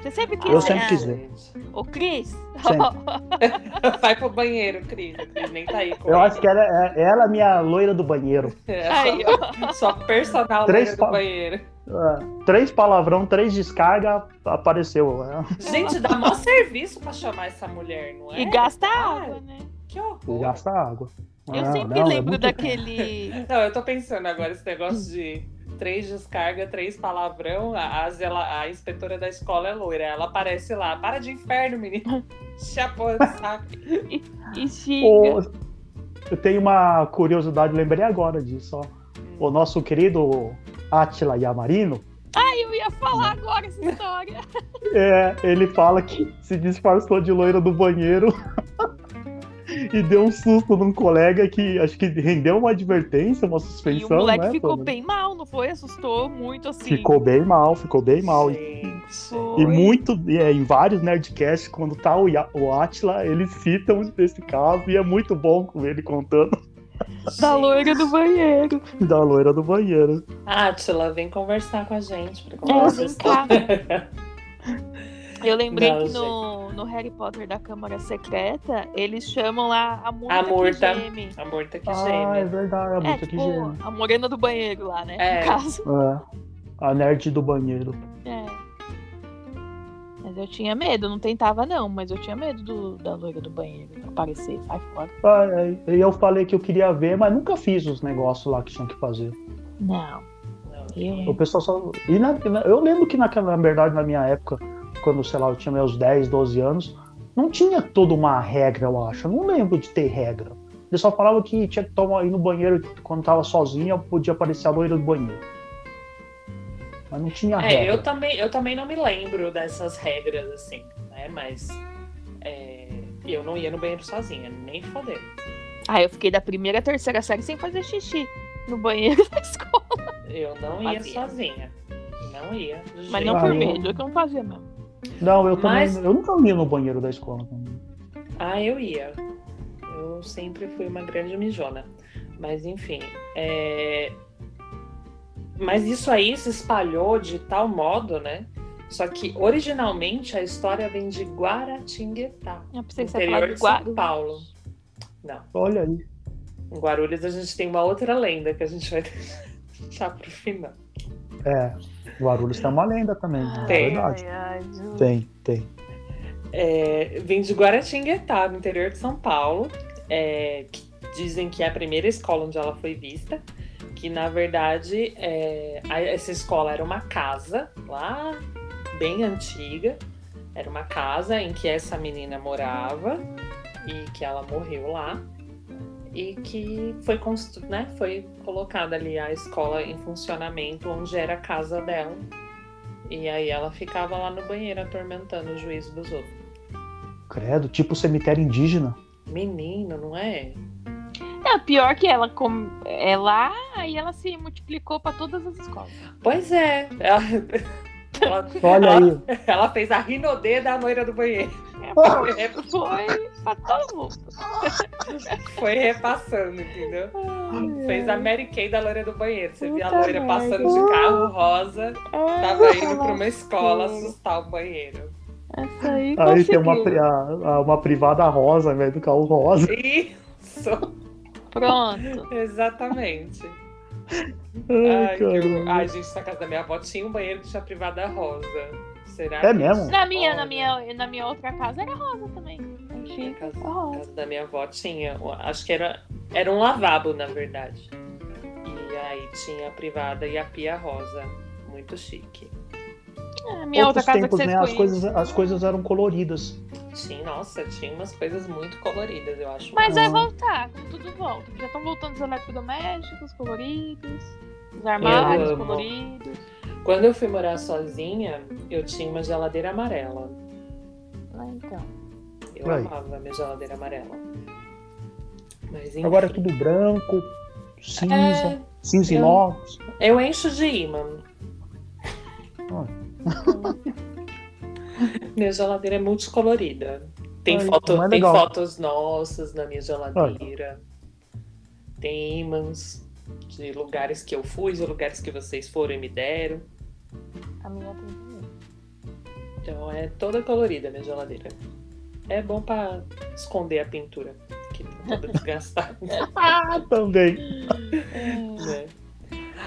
Você sempre quis.
Eu sempre
né?
quis ver.
gente.
Ô, Cris.
Sempre.
Vai pro banheiro, Cris. A Cris nem tá aí com
Eu
ele.
acho que ela é, ela é a minha loira do banheiro.
É,
Aí, ó.
só, só personal
Três
loira do
pa-
banheiro.
Ah, Três palavrão, três descarga, apareceu. Ah,
Gente, dá mó serviço pra chamar essa mulher, não é?
E gasta
Ah,
água, né?
Que horror.
Gasta água.
Eu
Ah,
sempre
não, é
lembro
muito-
daquele.
Não, eu tô pensando agora esse negócio de três descarga, três palavrão. A, a zela- a inspetora da escola é loira. Ela aparece lá. Para de inferno, menino. Chapou de saco.
E xinga.
Ô, Eu tenho uma curiosidade, lembrei agora disso. Ó.
Hum.
O nosso querido Atila Yamarino,
Ai, eu ia falar agora essa história.
é, ele fala que se disfarçou de loira do banheiro e deu um susto num colega que acho que rendeu uma advertência, uma
E o
suspensão.
moleque
né,
ficou
Pamela?
bem mal, não foi? Assustou muito assim.
Ficou bem mal, ficou bem mal.
Gente.
E
Foi.
muito, e é, em vários Nerdcasts, quando tá o, Ya- o Atila, eles citam esse caso e é muito bom com ele contando
Da loira do banheiro.
da loira do banheiro.
Átila, vem conversar com a gente pra contar
É,
essa
vem
história.
cá. Eu lembrei
Não,
que no, no Harry Potter da Câmara Secreta, eles chamam lá a Murta,
A Murta.
que geme.
A morta que
Ah, é
geme.
verdade, a
É,
bicha que
tipo,
gêmea.
a morena do banheiro lá, né?
É.
No caso.
É, a nerd do banheiro.
É. Mas eu tinha medo, não tentava não, mas eu tinha medo do- da loira do banheiro aparecer, sai fora.
Ah, é, e eu falei que eu queria ver, mas nunca fiz os negócios lá que tinha que fazer.
Não,
Não.
eu
O pessoal só. E na- na- eu lembro que, naquela, na verdade, na minha época, quando, sei lá, eu tinha meus 10, 12 anos, não tinha toda uma regra, eu acho. Eu não lembro de ter regra. Eles só falavam que tinha que tomar ir no banheiro quando tava sozinha, podia aparecer a loira do banheiro. Mas não tinha
É,
regra.
eu também, eu também não me lembro dessas regras, assim, né? Mas é, eu não ia no banheiro sozinha, nem foder.
Ah, eu fiquei da primeira à terceira série sem fazer xixi no banheiro da escola.
Eu não ia
Fazia.
sozinha. Não ia. de
Mas
jeito
não por
Ah, eu-
nenhum.
medo, é que eu não fazia mesmo.
Não, eu também.
Mas-
Eu nunca ia no banheiro da escola. também.
Ah, eu ia. Eu sempre fui uma grande mijona. Mas enfim. é, Mas isso aí se espalhou de tal modo, né? Só que originalmente a história vem de Guaratinguetá,
Eu pensei que você ia é falar
interior
de
de São
guarda.
Paulo. Não.
Olha aí.
Em Guarulhos a gente tem uma outra lenda que a gente vai deixar pro final.
É. Guarulhos tem uma lenda também.
Uhum.
É
Tem.
verdade.
Ai, ai, Ju.
Tem, tem.
É, vem de Guaratinguetá, no interior de São Paulo. é, que dizem que é a primeira escola onde ela foi vista. Que na verdade é, a- essa escola era uma casa lá, bem antiga. Era uma casa em que essa menina morava e que ela morreu lá. E que foi, constru- né, foi colocada ali a escola em funcionamento, onde era a casa dela. E aí ela ficava lá no banheiro atormentando o juízo dos outros.
Credo, tipo cemitério indígena.
Menino, não é?
Não, pior que ela com... é lá e ela se multiplicou pra todas as escolas.
Pois é. Ela, ela-
Olha
ela-
aí.
ela fez a rinodê da loira do banheiro.
É, foi pra todo mundo.
Foi repassando, entendeu? Fez a Mary Kay da loira do banheiro. Você via a
Puta
loira
merda.
passando de carro rosa,
Tá
É,
tava indo pra uma escola
lasqueira.
assustar o banheiro.
Essa aí,
Aí
conseguiu.
tem uma, pri- a- a- uma privada rosa, velho, do carro rosa.
Isso,
Pronto.
exatamente.
Ai,
Ai, que horror.
cara.
Ai, gente, na casa da minha avó tinha um banheiro que tinha privada rosa. Será
É
que-
mesmo?
Na minha, na
Olha.
minha, na minha outra casa era rosa também. Achei
Na casa,
rosa.
na casa da minha avó tinha, acho que era, era um lavabo, na verdade. E aí tinha a privada e a pia rosa. Muito chique.
A minha outra
Outros
casa
tempos,
que vocês
né? As
conhecem.
coisas, as coisas eram coloridas.
Tinha, nossa, tinha umas coisas muito coloridas, eu acho.
Mas vai
Ah.
voltar, como tudo volta. Já estão voltando os eletrodomésticos coloridos, os
Eu
armários
amo.
coloridos.
Quando eu fui morar sozinha, eu tinha uma geladeira amarela.
Ah, então.
Eu
Vai.
amava minha geladeira amarela. Mas enfim.
Agora é tudo branco, cinza,
É,
cinza
eu-
inox.
eu encho de imã. Minha geladeira é multicolorida. Tem,
Ai,
foto-
mas é
tem
legal.
fotos nossas na minha geladeira. Tem ímãs de lugares que eu fui, de lugares que vocês foram e me deram.
A minha tem também.
Então é toda colorida a minha geladeira. É bom pra esconder a pintura, que tá toda desgastada.
Ah, também.
né?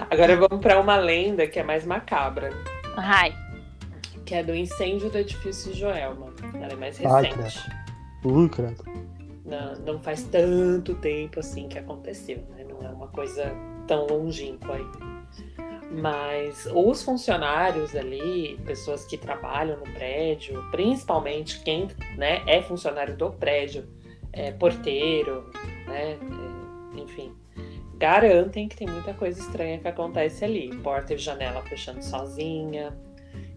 Agora vamos pra uma lenda que é mais macabra,
Ai,
que é do incêndio do edifício Joelma. Ela é mais
Ai,
recente.
Ui, Uh, credo.
na- não faz tanto tempo assim que aconteceu, né? Não é uma coisa tão longínqua aí. Mas os funcionários ali, pessoas que trabalham no prédio, principalmente quem né, é funcionário do prédio, é porteiro, né, é, enfim. Garantem que tem muita coisa estranha que acontece ali. Porta e janela fechando sozinha,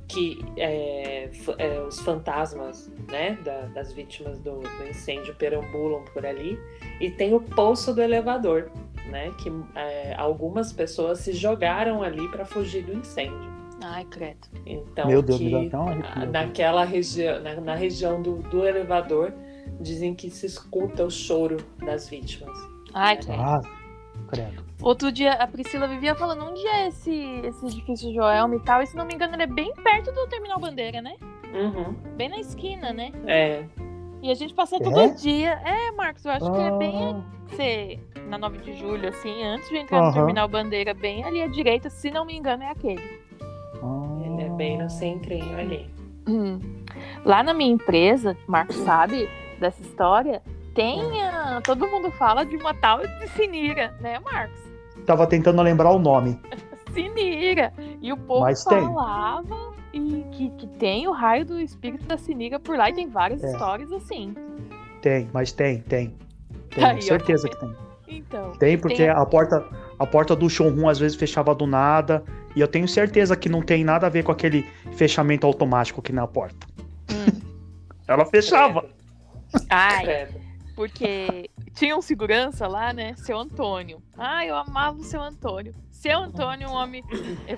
que é, é, os fantasmas né, da, das vítimas do, do, incêndio perambulam por ali. E tem o poço do elevador, né? Que é, algumas pessoas se jogaram ali para fugir do incêndio.
Ai, credo.
Então,
Meu Deus,
que,
me dá até um arrepio.
naquela região, na, na, região do, do elevador, dizem que se escuta o choro das vítimas.
Ai, credo.
Ah, credo.
Outro dia, a Priscila vivia falando onde é esse, esse edifício Joelma e tal. E se não me engano, ele é bem perto do Terminal Bandeira, né?
Uhum.
Bem na esquina, né?
É.
E a gente passa todo é? dia. É, Marcos, eu acho ah. que é bem ser na 9 de julho, assim, antes de entrar uhum. no Terminal Bandeira, bem ali à direita, se não me engano, é aquele.
Ah.
Ele é bem no centrinho ali.
Hum. Lá na minha empresa, Marcos sabe dessa história, tem a... Todo mundo fala de uma tal de Sinira, né, Marcos?
Tava tentando lembrar o nome.
Sinira! E o povo
Mas tem.
falava e que, que tem o raio do espírito da Sinira por lá e tem várias
É.
histórias assim.
Tem, mas tem, tem. Tem,
Aí, ó.
certeza que tem.
Então.
Tem, porque
Tem.
a porta a porta do showroom às vezes fechava do nada. E eu tenho certeza que não tem nada a ver com aquele fechamento automático aqui na porta.
hum.
Ela fechava.
Credo,
Ai,
credo.
porque tinha um segurança lá, né? Seu Antônio. Ah, eu amava o seu Antônio. Seu Antônio, um homem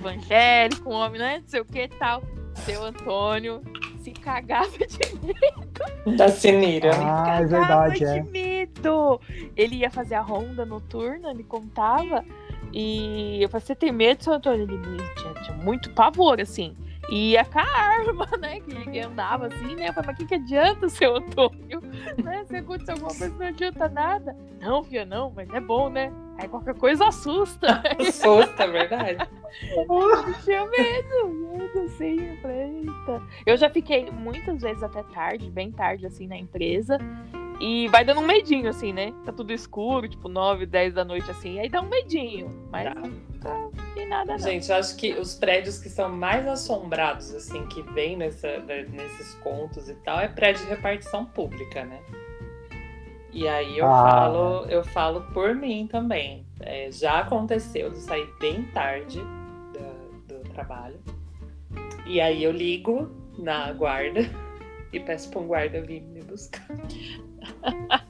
evangélico, um homem, né? Não sei o que e tal. Seu Antônio se cagava de medo.
Da Sinira.
Ah, é
cagava
verdade,
de
é.
medo. Ele ia fazer a ronda noturna, ele contava. E eu falei, você tem medo, seu Antônio? Ele "Me- tinha, tinha muito pavor, assim. E ia com a arma, né? Que ele andava assim, né? Eu falei, mas que, que adianta, seu Antônio? né? Se acontecer alguma coisa, não adianta nada. Não, filha, não, mas é bom, né? Aí qualquer coisa assusta.
Assusta, é verdade.
Eu tinha medo, medo assim, eu falei, "Eita." Eu já fiquei muitas vezes até tarde, bem tarde, assim, na empresa. E vai dando um medinho, assim, né? Tá tudo escuro, tipo 9, 10 da noite, assim. Aí dá um medinho. Mas
Dá,
não tem nada, não.
Gente, eu acho que os prédios que são mais assombrados, assim, que vem nessa- né, nesses contos e tal, é prédio de repartição pública, né? E aí eu
Ah.
falo, eu falo por mim também. É, já aconteceu de sair bem tarde da- do, trabalho. E aí eu ligo na guarda e peço para um guarda vir me buscar.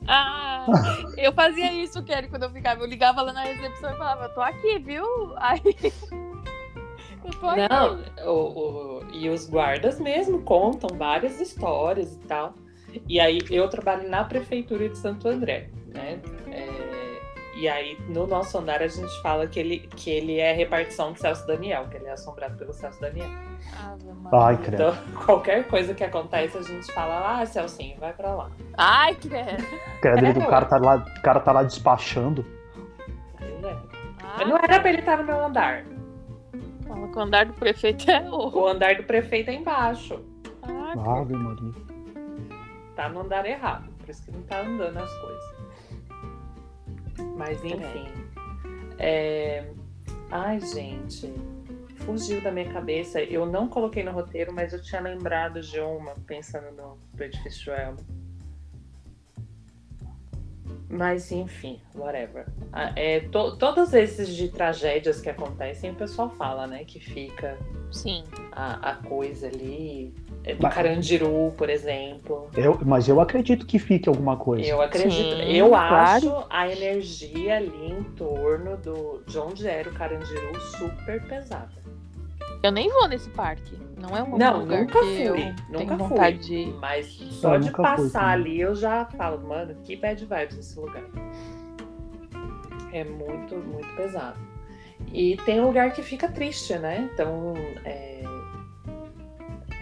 Ah, eu fazia isso, Kelly, quando eu ficava. Eu ligava lá na recepção e falava, tô aqui, viu? Aí. Eu tô aqui.
Não, o, o- e os guardas mesmo contam várias histórias e tal. E aí eu trabalho na prefeitura de Santo André, né? É, e aí no nosso andar a gente fala que ele, que ele é repartição de Celso Daniel, que ele é assombrado pelo Celso Daniel.
Ave
Ai,
Maria.
credo.
Então qualquer coisa que acontece a gente fala, ah, Celcinho, vai pra lá.
Ai, credo.
Credo,
É.
o cara tá lá, o cara tá lá despachando.
Aí, né?
Ai,
Não era pra ele estar no meu andar.
fala que o andar do prefeito é o.
O andar do prefeito é embaixo.
Ah,
Ave Maria.
tá no andar errado, por isso que não tá andando as coisas. Mas enfim. É, Ai, gente, fugiu da minha cabeça. Eu não coloquei no roteiro, mas eu tinha lembrado de uma, pensando no do edifício Elmo. Mas enfim, whatever. Ah, É, to- todos esses de tragédias que acontecem, o pessoal fala, né? Que fica
Sim.
a, a coisa ali. É, Do
Mas-
Carandiru, por exemplo.
Eu, mas eu acredito que fique alguma coisa.
Eu acredito.
Sim,
eu
claro.
acho a energia ali em torno do, de onde era o Carandiru super pesada.
Eu nem vou nesse parque. Não é um
Não,
lugar
nunca
que eu
fui. Nunca
tenho
fui.
vontade de ir.
Mas só
Eu
de
nunca fui né?
passar
também.
ali eu já falo, mano, que bad vibes esse lugar. É muito, muito pesado. E tem um lugar que fica triste, né? Então, é,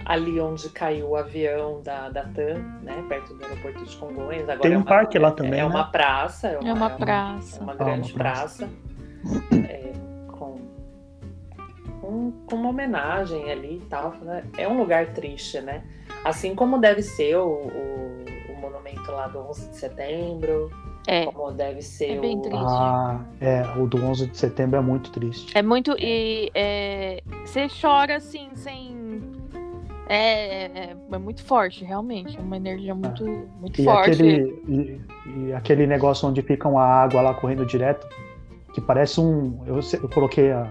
ali onde caiu o avião da, da TAM, né? Perto do aeroporto de Congonhas. Agora
Tem
é
um
uma-
parque lá também,
É
né?
uma praça. É uma,
É uma
é É
praça.
uma
Ah,
grande
uma
praça, é, com, com, com uma homenagem ali e tal. né? É um lugar triste, né? Assim como deve ser o, o, o monumento lá do 11 de setembro,
É.
como deve ser
É bem
o...
triste.
Ah, é, o do 11 de setembro é muito triste.
É muito. E é, você chora assim, sem. É, é, é muito forte, realmente. É uma
Ah.
energia muito, muito
E
forte.
aquele, e- e aquele negócio onde ficam a água lá correndo direto, que parece um. Eu, se- eu coloquei a.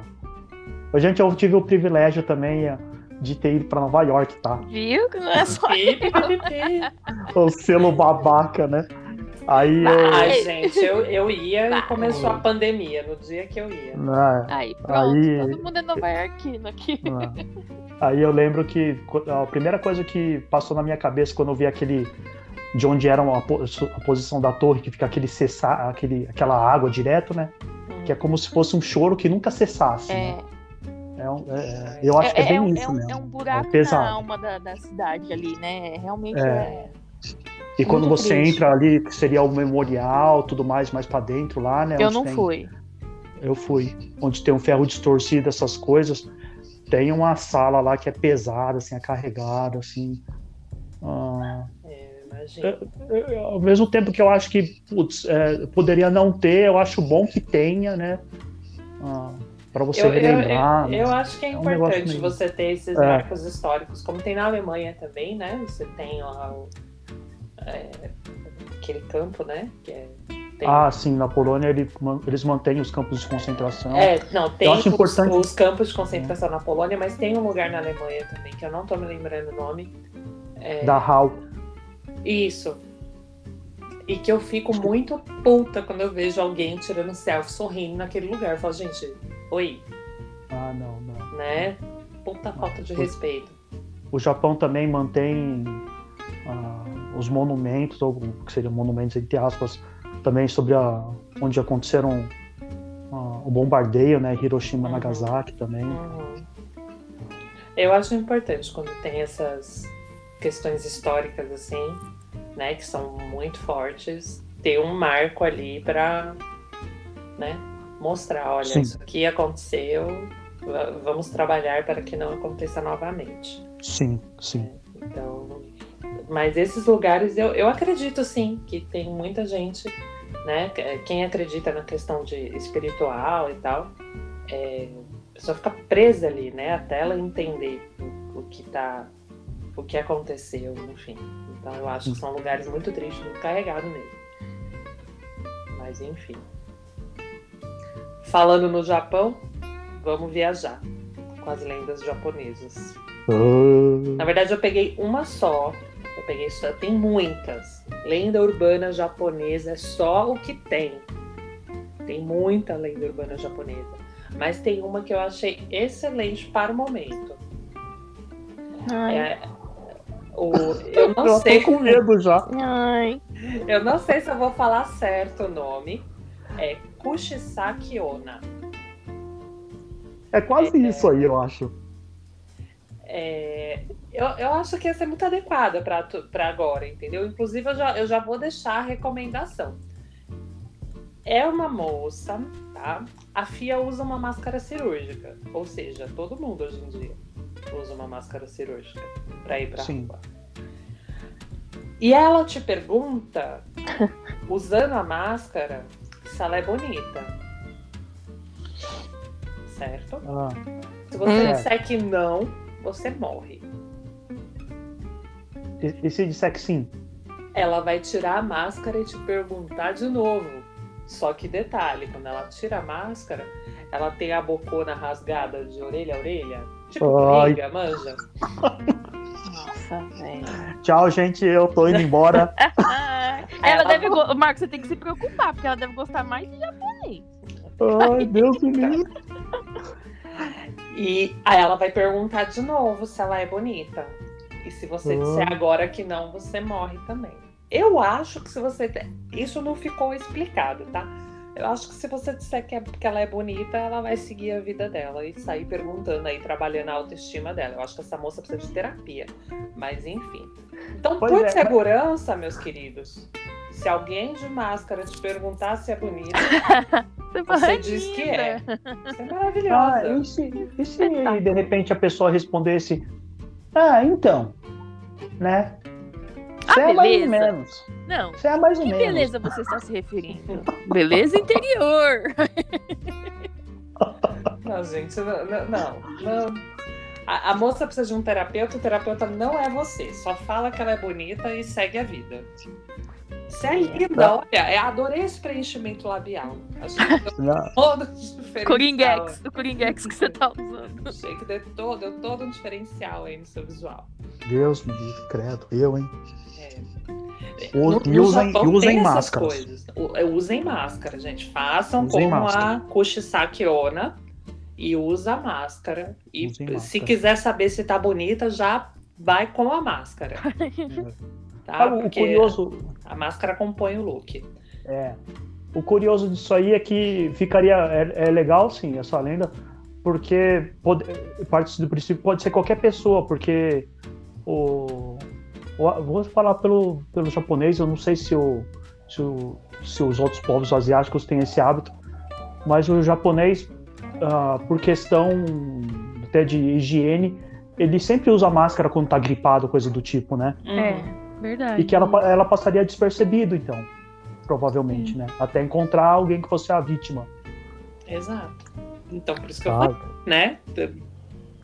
Ô, Gente, eu tive o privilégio também eh, de ter ido pra Nova York, tá?
Viu? Que não é só.
Pi, pi, pi, pi.
O selo babaca, né? Aí eu.
Ai,
Vai.
gente, eu, eu ia e
Vai.
começou a pandemia, no dia que eu ia.
né,
Aí, pronto.
Aí-
Todo mundo é novaiarquino aqui.
né. Aí eu lembro que co- a primeira coisa que passou na minha cabeça quando eu vi aquele. De onde era a, po- a posição da torre, que fica aquele cessar, aquele, aquela água direto, né? Que é como se fosse um choro que nunca cessasse. né?
É,
É um- é- é- eu acho que é
é,
bem
um-
isso
é um,
mesmo.
é um buraco
pesado.
na alma da, da cidade ali, né? Realmente
É.
é.
e quando
muito
você
triste.
entra ali, que seria o memorial, tudo mais, mais pra dentro lá, né?
Eu
onde
não
tem-
fui.
Eu fui. Onde tem um ferro distorcido, essas coisas. Tem uma sala lá que é pesada, assim, é carregada, assim. Ah,
É, imagina.
eu- eu- ao mesmo tempo que eu acho que putz, é, poderia não ter, eu acho bom que tenha, né? Ah, pra você
Eu, eu-
relembrar.
eu-
né?
eu acho que é
é um negócio
importante
meio-
você ter esses
É.
marcos históricos, como tem na Alemanha também, né? Você tem lá o, é, aquele campo, né? Que é, tem-
Ah, sim, na Polônia ele man- eles mantêm os campos de concentração.
É, não, tem
acho
os,
importante- Hum.
os campos de concentração na Polônia, mas tem um lugar na Alemanha também, que eu não tô me lembrando o nome. É,
Da HAL.
Isso. E que eu fico muito puta quando eu vejo alguém tirando selfie sorrindo naquele lugar. Eu falo, gente, oi,
Ah, não, não.
né? Puta falta de
Puta.
respeito.
O Japão também mantém ah, os monumentos, ou que seriam monumentos entre aspas, também sobre a, onde aconteceram ah, o bombardeio, né? Hiroshima
Uhum.
e Nagasaki também.
Uhum. Eu acho importante quando tem essas questões históricas assim, né, que são muito fortes, ter um marco ali pra né, mostrar, olha,
Sim.
isso aqui aconteceu, va- vamos trabalhar para que não aconteça novamente.
Sim, sim.
Então, mas esses lugares eu, eu acredito sim que tem muita gente, né? que- Quem acredita na questão de espiritual e tal, é, a pessoa fica presa ali, né? Até ela entender o, o que tá, o que aconteceu, enfim. Então eu acho que são lugares muito tristes, muito carregados mesmo. Mas enfim. Falando no Japão, vamos viajar com as lendas japonesas. Na
Ah,
verdade, eu peguei uma só. Eu peguei só. Tem muitas. Lenda urbana japonesa é só o que tem. Tem muita lenda urbana japonesa. Mas tem uma que eu achei excelente para o momento.
Ai,
É, o, eu, não
eu
sei, é.
tô com medo já.
ai.
eu não sei se eu vou falar certo o nome. É Kushisaki Ona.
É quase isso aí, eu acho.
É, eu, eu acho que essa é muito adequada para agora, entendeu? Inclusive, eu já, eu já vou deixar a recomendação. É uma moça, tá? A FIA usa uma máscara cirúrgica. Ou seja, todo mundo hoje em dia usa uma máscara cirúrgica para ir pra
Sim.
rua. E ela te pergunta, usando a máscara, se ela é bonita. Certo?
Ah,
Se você
Hum.
disser que não, você morre.
e, e se disser que sim?
ela vai tirar a máscara e te perguntar de novo. Só que detalhe, quando ela tira a máscara, ela tem a bocona rasgada de orelha a orelha. Tipo,
Ai.
briga, manja.
Nossa, velho.
Tchau, gente, eu tô indo embora.
Ai. Ah,
É,
Ela deve. Go... Marcos, você tem que se preocupar, porque ela deve gostar mais de japonês.
Ai, Deus me livre.
E aí ela vai perguntar de novo se ela é bonita. E se você
Ah.
disser agora que não, você morre também. Eu acho que se você. te- Isso não ficou explicado, tá? Eu acho que se você disser que, é- que ela é bonita, ela vai seguir a vida dela e sair perguntando aí, trabalhando a autoestima dela. Eu acho que essa moça precisa de terapia. Mas enfim. Então,
Pois
por
é, mas-
segurança, meus queridos, se alguém de máscara te perguntar se é bonita,
Você, fala,
você
"Ai,
diz que
linda."
é. Você é
Ah,
maravilhosa.
e se, e se de repente a pessoa respondesse? Ah, então. Né?
Ah,
Você é mais ou
beleza.
menos.
Não.
Você é mais ou
Que
menos.
beleza você está se referindo? Beleza interior.
Não, gente, não, não, não, não. A, a moça precisa de um terapeuta, o terapeuta não é você. Só fala que ela é bonita e segue a vida. Você é linda, olha. Eu adorei esse preenchimento labial. Achei que deu
Não.
todo um diferencial.
Coringex, o Coringex que você tá usando.
Achei que deu todo, deu todo um diferencial aí no seu visual.
Deus me livre, credo. Eu, hein?
É.
O- e usem-
Japão
e usem
tem essas
máscaras.
coisas. U- é, Usem máscara, gente. Façam
Usem
como
máscara.
a Kushisaki Ona e usa a máscara. E
Usem
se
máscara.
quiser saber se tá bonita, já vai com a máscara. Tá?
Sabe, Ah, o
Porque
curioso,
a máscara compõe o look.
É. O curioso disso aí é que ficaria. É, é legal, sim, essa lenda, porque pode, parte do princípio pode ser qualquer pessoa, porque o. o- vou falar pelo, pelo japonês, eu não sei se, o, se, o- se os outros povos asiáticos têm esse hábito, mas o japonês, ah, por questão até de higiene, ele sempre usa máscara quando tá gripado, coisa do tipo, né?
Uhum.
É, verdade.
E que ela, pa- ela passaria despercebido, então. Provavelmente, né? Até encontrar alguém que fosse a vítima. tá?
Exato. Então, por isso que eu falei.
Sabe?
né?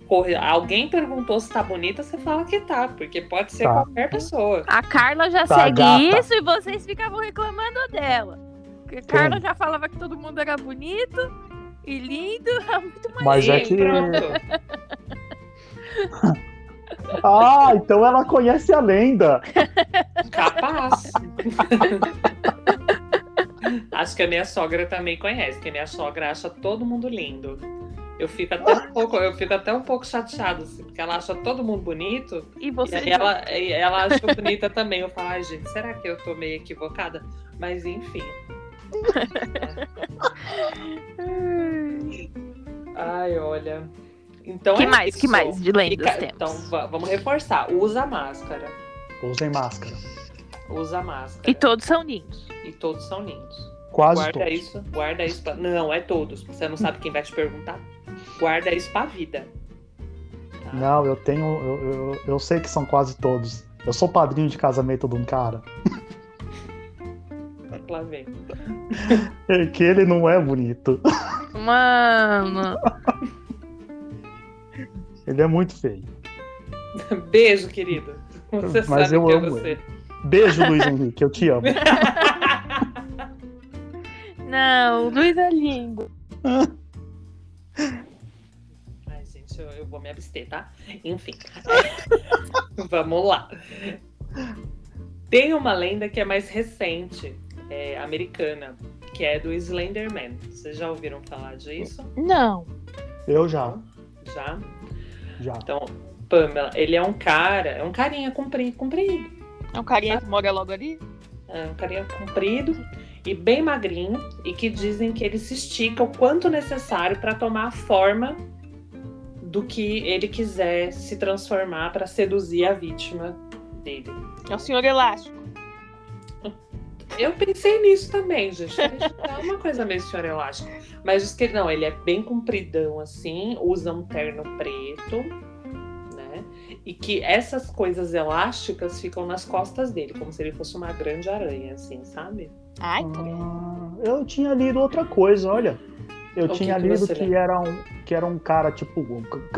Corre- Alguém perguntou se tá bonita, você fala que tá, porque pode ser
Tá.
qualquer pessoa.
A Carla já
Tá,
segue
gata.
isso e vocês ficavam reclamando dela. Porque a Carla já falava que todo mundo era bonito e lindo. É muito mais.
Mas é
Sim,
que.
pronto.
Ah, então ela conhece a lenda.
Capaz. Acho que a minha sogra também conhece, que a minha sogra acha todo mundo lindo. Eu fico até um pouco, eu fico até um pouco chateada, assim, porque ela acha todo mundo bonito
E você.
E ela, e ela achou bonita também. Eu falo, ai, gente, será que eu tô meio equivocada? Mas enfim. Então ai, olha. Então
Que
é
mais?
isso.
Que mais de
E
lendas
ca-
temos?
Então va- vamos reforçar. Usa máscara.
Usem máscara.
Usa máscara.
E todos são lindos.
E todos são lindos.
Quase
guarda
todos.
isso, guarda isso. Pra... Não, é todos. Você não sabe quem vai te perguntar. Guarda isso pra vida. Tá?
Não, eu tenho. Eu, eu, eu sei que são quase todos. Eu sou padrinho de casamento de um cara.
Lá vem.
É que ele não é bonito.
Mano.
Ele é muito feio.
Beijo, querido. Você
Mas
sabe
eu
que é
amo
você.
Beijo, Luiz Henrique. Eu te amo.
Não, o Luiz é lindo.
Ai, gente, eu, eu vou me abster, tá? Enfim. Vamos lá. Tem uma lenda que é mais recente, é, americana, que é do Slenderman. Vocês já ouviram falar disso?
Não.
Eu já.
Já?
Já.
Então, Pamela, ele é um cara, é um carinha compri- comprido.
É um carinha que mora logo ali?
É um carinha comprido e bem magrinho e que dizem que ele se estica o quanto necessário para tomar a forma do que ele quiser se transformar para seduzir a vítima dele.
É o senhor elástico.
Eu pensei nisso também, gente. É uma coisa meio senhor elástico. Mas diz que ele- não, ele é bem compridão assim, usa um terno preto, né? E que essas coisas elásticas ficam nas costas dele, como se ele fosse uma grande aranha, assim, sabe?
Ai,
Ah, eu tinha lido outra coisa, olha. Eu
O que
tinha
que
lido
você
que
leu?
era um que era um cara tipo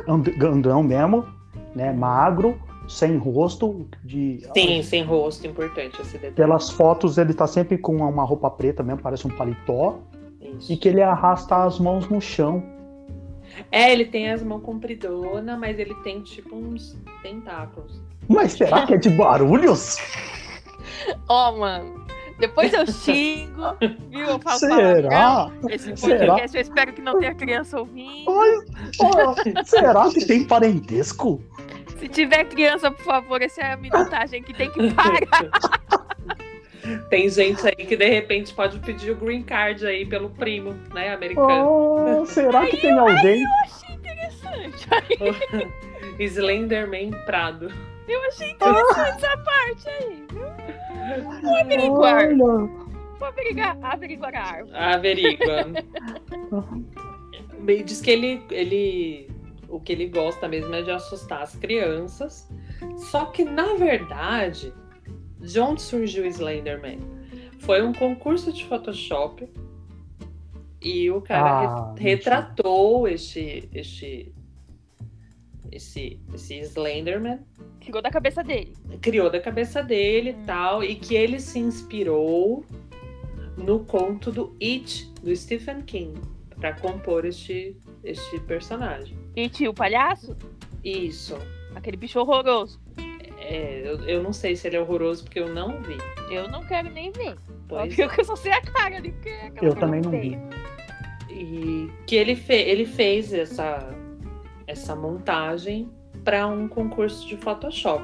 and- gandão mesmo, né, magro, sem rosto, de
Sim, sem rosto, importante esse detalhe.
pelas fotos ele tá sempre com uma roupa preta mesmo, parece um paletó,
Isso.
e que ele arrasta as mãos no chão.
É, ele tem as mãos compridonas, mas ele tem tipo uns tentáculos.
Mas será que é de barulhos?
Ó, mano. Depois eu xingo, viu? Eu falo palavrão.
Será?
Esse
Será?
podcast eu espero que não tenha criança ouvindo.
Mas, ó, será que tem parentesco?
Se tiver criança, por favor, essa é a minutagem que tem que parar.
Tem gente aí que de repente pode pedir o green card aí pelo primo, né, americano.
Oh, será que tem alguém?
achei interessante.
Oh.
Slenderman Prado.
Eu achei interessante essa parte aí. Vou averiguar.
Olha,
Vou averiguar, averiguar a árvore.
Averigua. Bem, Diz que ele, ele. O que ele gosta mesmo é de assustar as crianças. Só que, na verdade, de onde surgiu o Slenderman? Foi um concurso de Photoshop. E o cara re-
Ah,
retratou este, este, esse, esse Slenderman,
Ficou da cabeça dele.
criou da cabeça dele
Hum.
e tal, e que ele se inspirou no conto do It, do Stephen King, para compor este, este personagem.
E tio, o palhaço,
Isso.
aquele bicho horroroso.
É, eu, eu não sei se ele é horroroso porque eu não vi.
Eu não quero nem ver.
Pois é.
Óbvio que eu só sei a cara ali, porque é aquela
Eu
coisa
também não vi.
feia.
E que ele, fe ele fez essa, essa montagem para um concurso de Photoshop.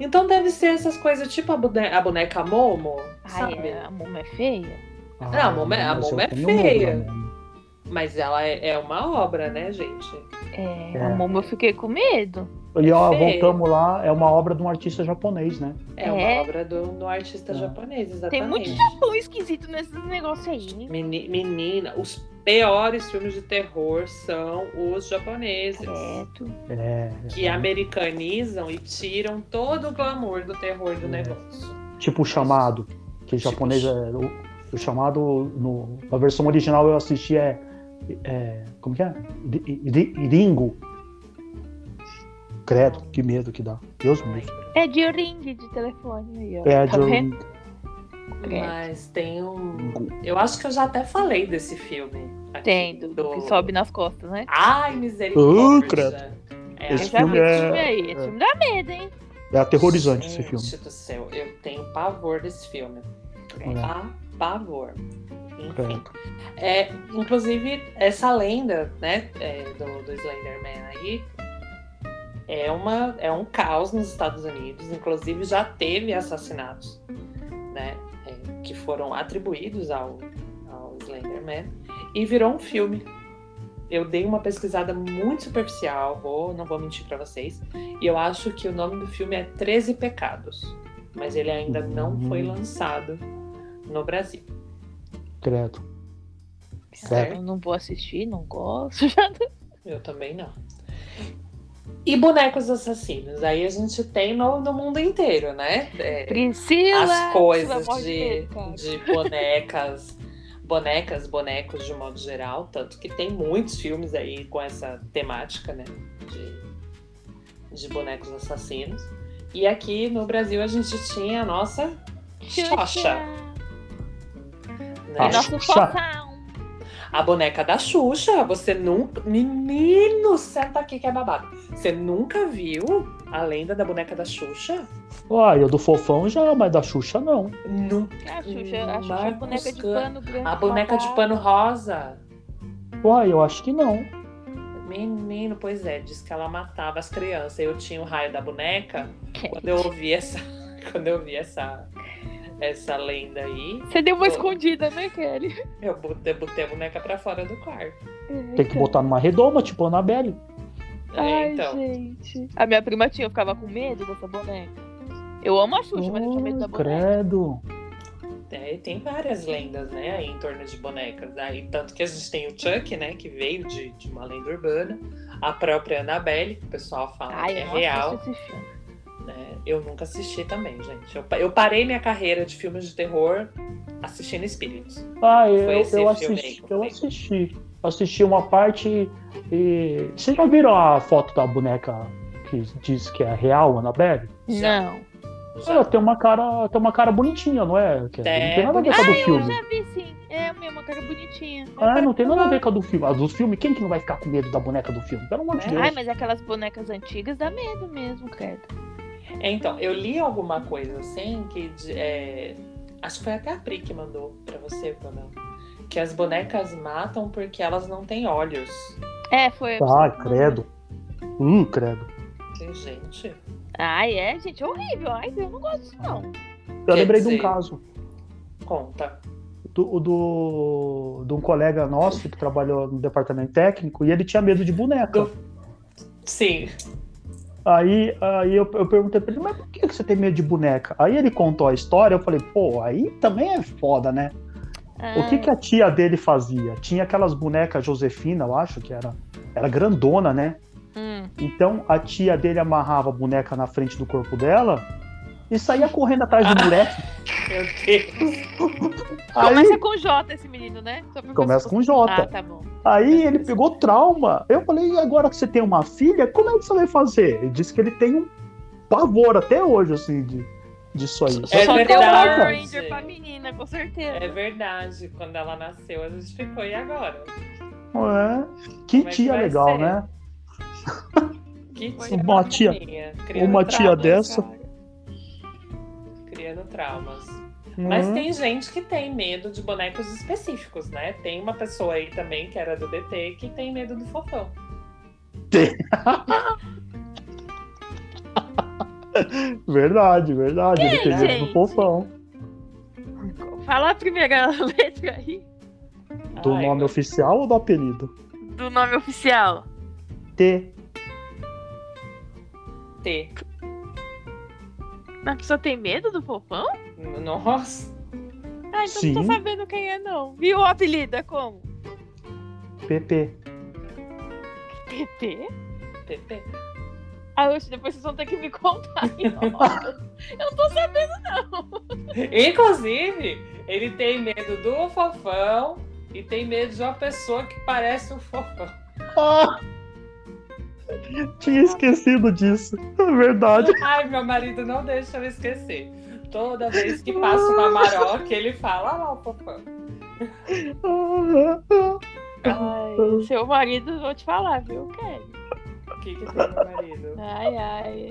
Então deve ser essas coisas tipo a, bone- a boneca Momo,
Ai,
sabe?
é, a mama é feia.
Ah, a Momo é- a
mas eu
Momo é
tenho um outro
feia.
também.
Mas ela é, é uma obra, né, gente?
É,
É.
a mama eu fiquei com medo.
E ó,
É feia.
voltamos lá, é uma obra de um artista japonês, né?
É, uma
É.
obra do, do artista
É.
japonês,
Tem
exatamente.
muito japão esquisito nesses negócios aí. hein?
Meni- Menina, os piores filmes de terror são os japoneses.
Credo.
É,
Que americanizam e tiram todo o glamour do terror do
É.
negócio.
tipo o chamado, que o
Tipo
japonês é. O, o chamado, no, a versão original eu assisti é. é- como que é? Iri- Iri- Iringo. Credo, que medo que dá. Deus me livre.
É de ring de telefone aí, ó.
É,
tá vendo?
John-
Credo.
Mas tem um. Eu acho que eu já até falei desse filme. aqui,
Tem, do, do que sobe nas costas, né?
Ai,
Uh,
misericórdia.
credo.
É,
Eu
Esse
já vi
filme é-
esse filme aí. Esse
é.
filme dá medo, hein?
é aterrorizante esse
gente
filme.
do céu, eu tenho pavor desse filme.
É.
A pavor. Enfim.
Credo.
É, inclusive, essa lenda né, é, do, do Slenderman aí é, uma, é um caos nos Estados Unidos. Inclusive, já teve assassinatos né, é, que foram atribuídos ao, ao Slenderman e virou um filme. Eu dei uma pesquisada muito superficial, vou, não vou mentir para vocês. E eu acho que o nome do filme é 13 Pecados. Mas ele ainda não foi
Hum.
lançado no Brasil.
Credo.
certo?
Ah, Eu não vou assistir, não gosto. Já
Eu também não. E bonecos assassinos? Aí a gente tem no, no mundo inteiro, né? É,
Priscila!
as coisas
pelo amor
de,
Deus, cara.
de bonecas, bonecas, bonecos de um modo geral, tanto que tem muitos filmes aí com essa temática, né? De, de bonecos assassinos. E aqui no Brasil a gente tinha a nossa, Xoxa, né?
A
É Nosso
Xuxa.
fofão.
A boneca da Xuxa, você nunca. Menino, senta aqui que é babado. Você nunca viu a lenda da boneca da Xuxa?
Uai, eu do fofão já, mas da Xuxa não.
Nu-
A Xuxa, a Xuxa é a
Marcos
boneca de
Can-
pano grande.
A boneca de
babado.
pano rosa.
Uai, eu acho que não.
Menino, pois é, diz que ela matava as crianças. Eu tinha o raio da boneca.
Que-
Quando eu ouvi essa. Quando eu ouvi essa. Essa lenda aí,
Você deu uma escondida, né, Kelly?
eu botei, botei a boneca pra fora do quarto.
Tem que botar numa redoma, tipo a Anabelle.
É,
Ai,
então.
gente. A minha prima tinha, eu ficava com medo dessa boneca. Eu amo a Xuxa, mas eu tinha medo da
Oh,
boneca.
credo.
É, e tem várias lendas, né, aí em torno de bonecas. Aí, tanto que a gente tem o Chuck, né, que veio de, de uma lenda urbana. A própria Annabelle, que o pessoal fala
Ai,
que é
eu não
real.
assisto esse filme.
né? Eu nunca assisti também, gente. Eu, pa- eu parei minha carreira de filmes de terror assistindo Espíritos.
Ah,
Foi
eu,
esse
eu
filme
assisti,
aí que eu
eu
falei.
assisti. Assisti uma parte e. Vocês já viram a foto da boneca que diz que é real, Anabelle?
Já.
Não.
Já.
Ela tem uma cara. Tem uma cara bonitinha, não é? Kelly? Não
É,
tem nada a ver com a do
bonita.
Eu
filme.
já vi sim. É mesmo, uma cara bonitinha.
Ah, não tem nada a ver com a do filme. A do filme, quem que não vai ficar com medo da boneca do filme? Pelo amor de
É.
Deus.
Ai, mas aquelas bonecas antigas dá medo mesmo, credo.
É, Então, eu li alguma coisa assim que. de- é, acho que foi até a Pri que mandou pra você, Bruna. Que as bonecas matam porque elas não têm olhos.
É, foi.
Ai, Ah, credo. Hum, credo.
Que, Gente.
Ai, é, gente, é horrível. Ai, eu não gosto disso, não.
Eu
Quer
lembrei de um
dizer-
caso.
Conta.
do, do, de um colega nosso que trabalhou no departamento técnico e ele tinha medo de boneca.
Sim.
Aí, aí eu, eu perguntei pra ele, mas por que que você tem medo de boneca? Aí ele contou a história, eu falei, pô, aí também é foda, né? O
É.
que, que a tia dele fazia? Tinha aquelas bonecas Josefina, eu acho que era, era grandona, né?
Hum.
Então a tia dele amarrava a boneca na frente do corpo dela e e saía correndo atrás do moleque.
Meu Deus.
Começa
Aí,
com J esse menino, né? Só pra
Começa
você-
com J.
Ah, tá bom.
aí ele pegou trauma. Eu falei, e agora que você tem uma filha, como é que você vai fazer? Ele disse que ele tem um pavor até hoje, assim, de, disso aí.
É
Só deu
verdade.
Power Ranger pra menina, com certeza.
É verdade, quando ela nasceu, a gente ficou, e agora?
É. Que
Como é que
tia
vai
legal,
ser?
né?
Que
Uma tia-
bacaninha, criando
uma tia
traumas,
dessa.
cara. Criando traumas. Mas
Hum.
tem gente que tem medo de bonecos específicos, né? Tem uma pessoa aí também, que era do DT, que tem medo do fofão.
Verdade, verdade. ele tem medo do
gente?
fofão.
Fala a primeira letra aí
Do
Ai,
nome
meu-
oficial ou do apelido?
do nome oficial.
T.
T.
A pessoa tem medo do fofão?
Nossa,
Ah, então não
Sim.
tô sabendo quem é, não. Viu o apelido? É como?
PP.
PT?
PP.
Ah, oxe, depois vocês vão ter que me contar. em off. Eu não tô sabendo, não.
Inclusive, ele tem medo do fofão e tem medo de uma pessoa que parece um fofão.
Ah! Tinha esquecido disso. É verdade.
Ai, meu marido não deixa eu esquecer. Toda vez que passa uma maroca, ele fala, ah lá o fofão.
Ai, seu marido, vou te falar, viu, Kelly?
O que, que tem meu marido?
Ai, ai.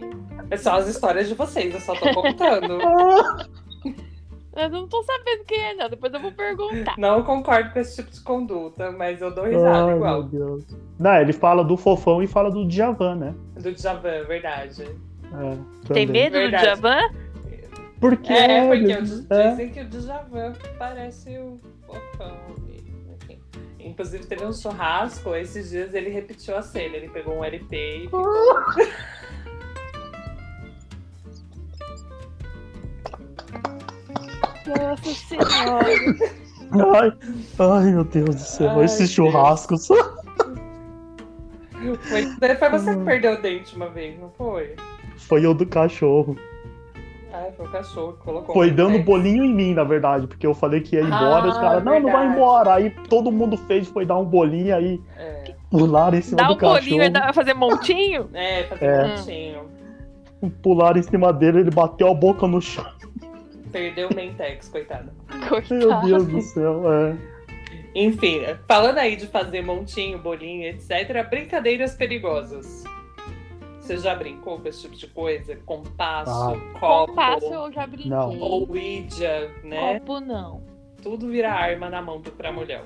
É só as histórias de vocês, eu só tô contando.
Eu não tô sabendo quem é, não. Depois eu vou perguntar.
Não concordo com esse tipo de conduta, mas eu dou risada
Ai, meu
igual.
Deus. Não, ele fala do fofão e fala do Djavan, né?
Do Djavan, verdade.
É,
Tem
também.
medo
Verdade.
do Javan?
Porque,
É, porque o Dj-
é.
dizem que o Djavan parece o fofão. Enfim. Inclusive, teve um churrasco, esses dias ele repetiu a cena. Ele pegou um LP e ficou...
Nossa senhora.
Ai, ai, meu Deus do céu,
Ai,
esses
Deus.
churrascos.
Foi, foi você que perdeu o dente uma vez, não foi?
Foi o do cachorro.
Ai, Ah, foi o cachorro que colocou.
Foi
um
dando
cortex.
bolinho em mim, na verdade, porque eu falei que ia embora, os
Ah,
caras, não, não vai
verdade.
embora. Aí todo mundo fez, foi dar um bolinho, aí
É,
pularam em cima
Dá
do
um
cachorro.
bolinho e dá- fazer montinho?
é fazer
É.
bonitinho.
Pularam em cima dele, ele bateu a boca no chão.
Perdeu o Mentex, coitada.
Coitado.
Meu Deus do céu, é.
Enfim, falando aí de fazer montinho, bolinho, etc., brincadeiras perigosas. Você já brincou com esse tipo de coisa? Compasso,
Ah.
copo,
Compasso eu já brinquei.
Não.
ou Ouija, né?
Copo não.
Tudo vira arma na mão do- pra mulher.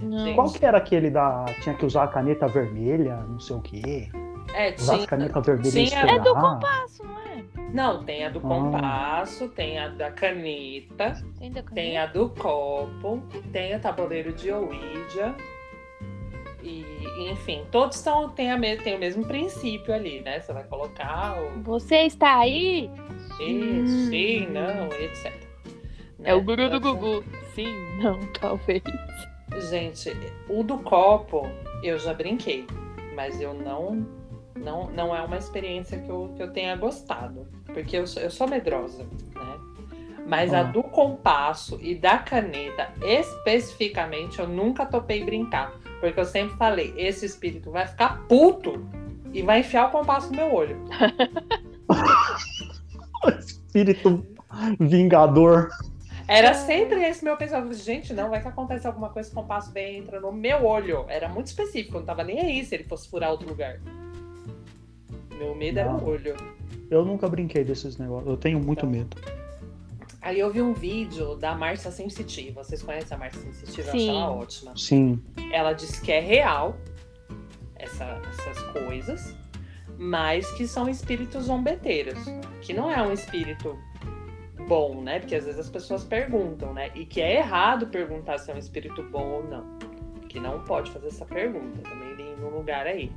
Não.
Qual que era aquele da. Tinha que usar a caneta vermelha, não sei o quê?
É,
Usar a
tinha.
caneta vermelha e
tinha-
esfregar.
É do compasso, não é?
Não, tem a do
Ah.
compasso, tem a da caneta,
Entendeu?
tem a do copo, tem o tabuleiro de Ouija. E, enfim, todos tão, têm, a me- têm o mesmo princípio ali, né? Você vai colocar o,
Você está aí?
Sim,
Hum.
sim, não, etc.
É o guru
Né?
do Gugu. Sim, não, talvez.
Gente, o do copo eu já brinquei, mas eu não não, não é uma experiência que eu, que eu tenha gostado, porque eu sou, eu sou medrosa, né? Mas a
Ah.
do compasso e da caneta, especificamente, eu nunca topei brincar, porque eu sempre falei, esse espírito vai ficar puto e vai enfiar o compasso no meu olho.
Espírito vingador.
Era sempre esse meu pensamento. Gente, não, vai que acontece alguma coisa, o compasso vem e entra no meu olho. Era muito específico, eu não tava nem aí se ele fosse furar outro lugar. Meu medo era
Não.
o olho.
Eu nunca brinquei desses negócios. Eu tenho
Tá.
muito
Não.
medo.
Aí eu vi um vídeo da Márcia Sensitiva. Vocês conhecem a Márcia Sensitiva?
Sim.
Eu acho ela ótima.
Sim.
Ela disse que é real essa- essas coisas, mas que são espíritos zombeteiros. Que não é um espírito bom, né? Porque às vezes as pessoas perguntam, né? E que é errado perguntar se é um espírito bom ou não. Que não pode fazer essa pergunta. Também li num lugar aí.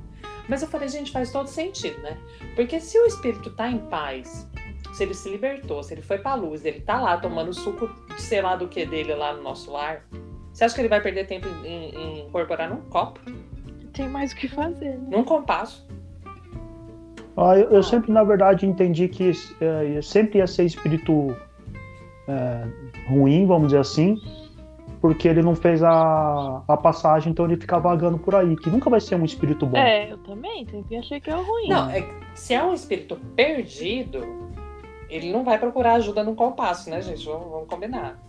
Mas eu falei, gente, faz todo sentido, né? Porque se o espírito tá em paz, se ele se libertou, se ele foi pra luz, ele tá lá tomando suco, de sei lá do que dele lá no nosso lar, você acha que ele vai perder tempo em, em incorporar num copo,
Tem mais o que fazer, né?
num compasso?
Ah, eu, eu sempre, na verdade, entendi que eh, eu sempre ia ser espírito eh, ruim, vamos dizer assim, porque ele não fez a, a passagem, então ele fica vagando por aí, que nunca vai ser um espírito bom.
É, eu também. Sempre achei que era ruim.
Não, é, se é um espírito perdido, ele não vai procurar ajuda no compasso, né, gente? Vamos, vamos combinar.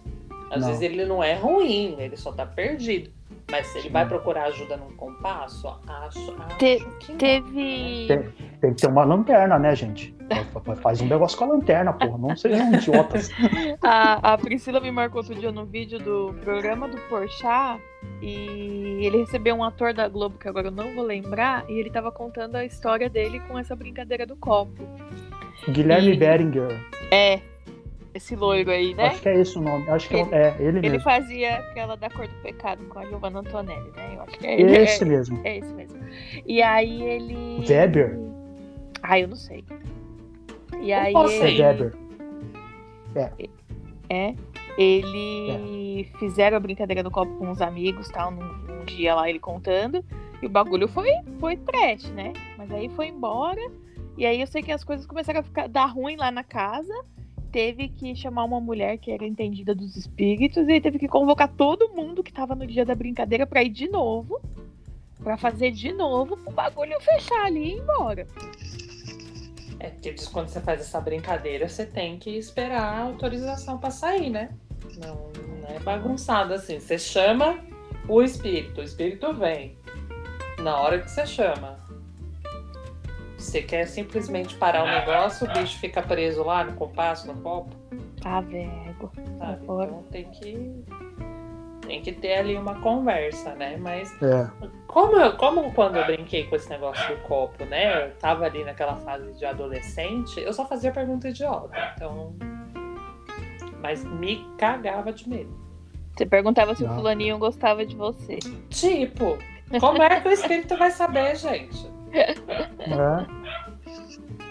Às
Não.
vezes ele não é ruim, ele só tá perdido. Mas se ele
Sim.
vai procurar ajuda num compasso, acho, acho
Te-
que não.
Teve.
Tem- Tem que ter uma lanterna, né, gente? Fa- Faz um negócio com a lanterna, porra. Não um sejam idiotas.
A, a Priscila me marcou outro dia no vídeo do programa do Porchat e ele recebeu um ator da Globo que agora eu não vou lembrar e ele tava contando a história dele com essa brincadeira do copo.
Guilherme
E-
Beringer.
É, esse loiro aí, né?
Acho que é esse o nome. Acho que é, o- é ele
Ele
Uhum.
mesmo.
fazia aquela da cor do pecado com a Giovanna Antonelli, né? Eu acho que é ele.
Esse mesmo.
É, é esse mesmo. E aí ele.
Weber?
Ah, eu não sei. E aí
posso ser
É
ele...
Weber.
É. Ele fizeram a brincadeira no copo com os amigos, tal, num, num dia lá ele contando. E o bagulho foi, foi trash, né? Mas aí foi embora. E aí eu sei que as coisas começaram a ficar, dar ruim lá na casa. Teve que chamar uma mulher que era entendida dos espíritos. E aí teve que convocar todo mundo que tava no dia da brincadeira pra ir de novo. Pra fazer de novo o bagulho fechar ali e ir embora.
É porque diz, quando você faz essa brincadeira, você tem que esperar a autorização pra sair, né? Não, não é bagunçado assim. Você chama o espírito, o espírito vem. Na hora que você chama. Você quer simplesmente parar o negócio, o bicho fica preso lá no compasso, no copo,
Tá, velho.
sabe?
Horror.
Então tem que. Tem que ter ali uma conversa, né? Mas
É.
como, eu- como quando eu brinquei com esse negócio do copo, né? Eu tava ali naquela fase de adolescente, eu só fazia pergunta idiota, então. Mas me cagava de medo.
Você perguntava se o
Não.
fulaninho gostava de você.
Tipo, como é que o espírito vai saber, gente?
é.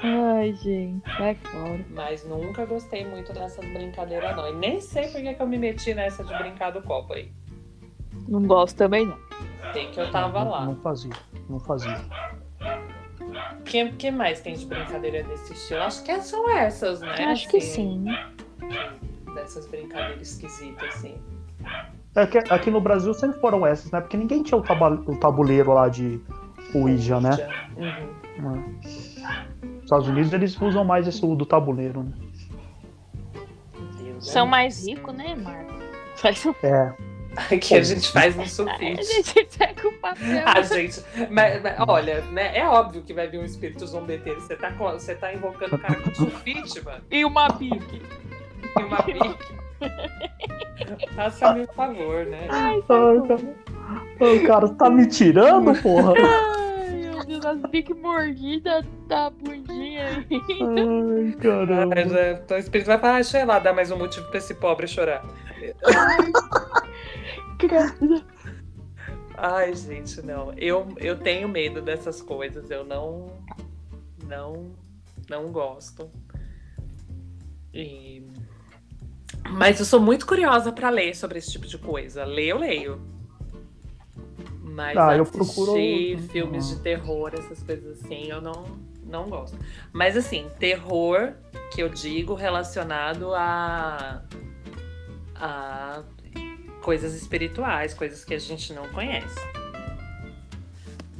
Ai, gente, sai fora.
Mas nunca gostei muito dessas brincadeiras, não. E nem sei por que que eu me meti nessa de brincar do copo aí.
Não gosto também, não.
Sei que eu tava
não,
lá.
Não fazia. Não fazia.
O que, que mais tem de brincadeira desse estilo? Acho que são essas, né?
Acho que
Assim,
É, sim.
Dessas brincadeiras esquisitas, assim.
É que aqui no Brasil sempre foram essas, né? Porque ninguém tinha o, taba- o tabuleiro lá de Ouija, né?
Uhum.
É. Nos Estados Unidos eles usam mais esse do tabuleiro, né?
Deus,
São
é
mais ricos, né, Marco? Faz um...
É.
que a gente faz no
A
sulfite.
gente pega o papel.
Ah, gente, mas, mas, olha, né, é óbvio que vai vir um espírito zombeteiro. Você tá, com- você tá invocando o cara com sulfite, mano,
E uma bique.
e uma bique. Faça-me um favor, né?
Ai,
Ai, cara, o cara tá me tirando, porra.
Ai, meu Deus, as bique mordidas da bundinha aí.
Ai, caramba.
Mas, é, Então o espírito vai falar, ah, sei lá, dá mais um motivo pra esse pobre chorar. Ai, gente, não. Eu, eu tenho medo dessas coisas. Eu não. Não. Não gosto. E- Mas eu sou muito curiosa pra ler sobre esse tipo de coisa. Ler, eu leio. Mas
Ah, eu
assistir
procuro- Ah.
filmes de terror, essas coisas assim, eu não, não gosto. Mas assim, terror que eu digo relacionado a, a coisas espirituais, coisas que a gente não conhece.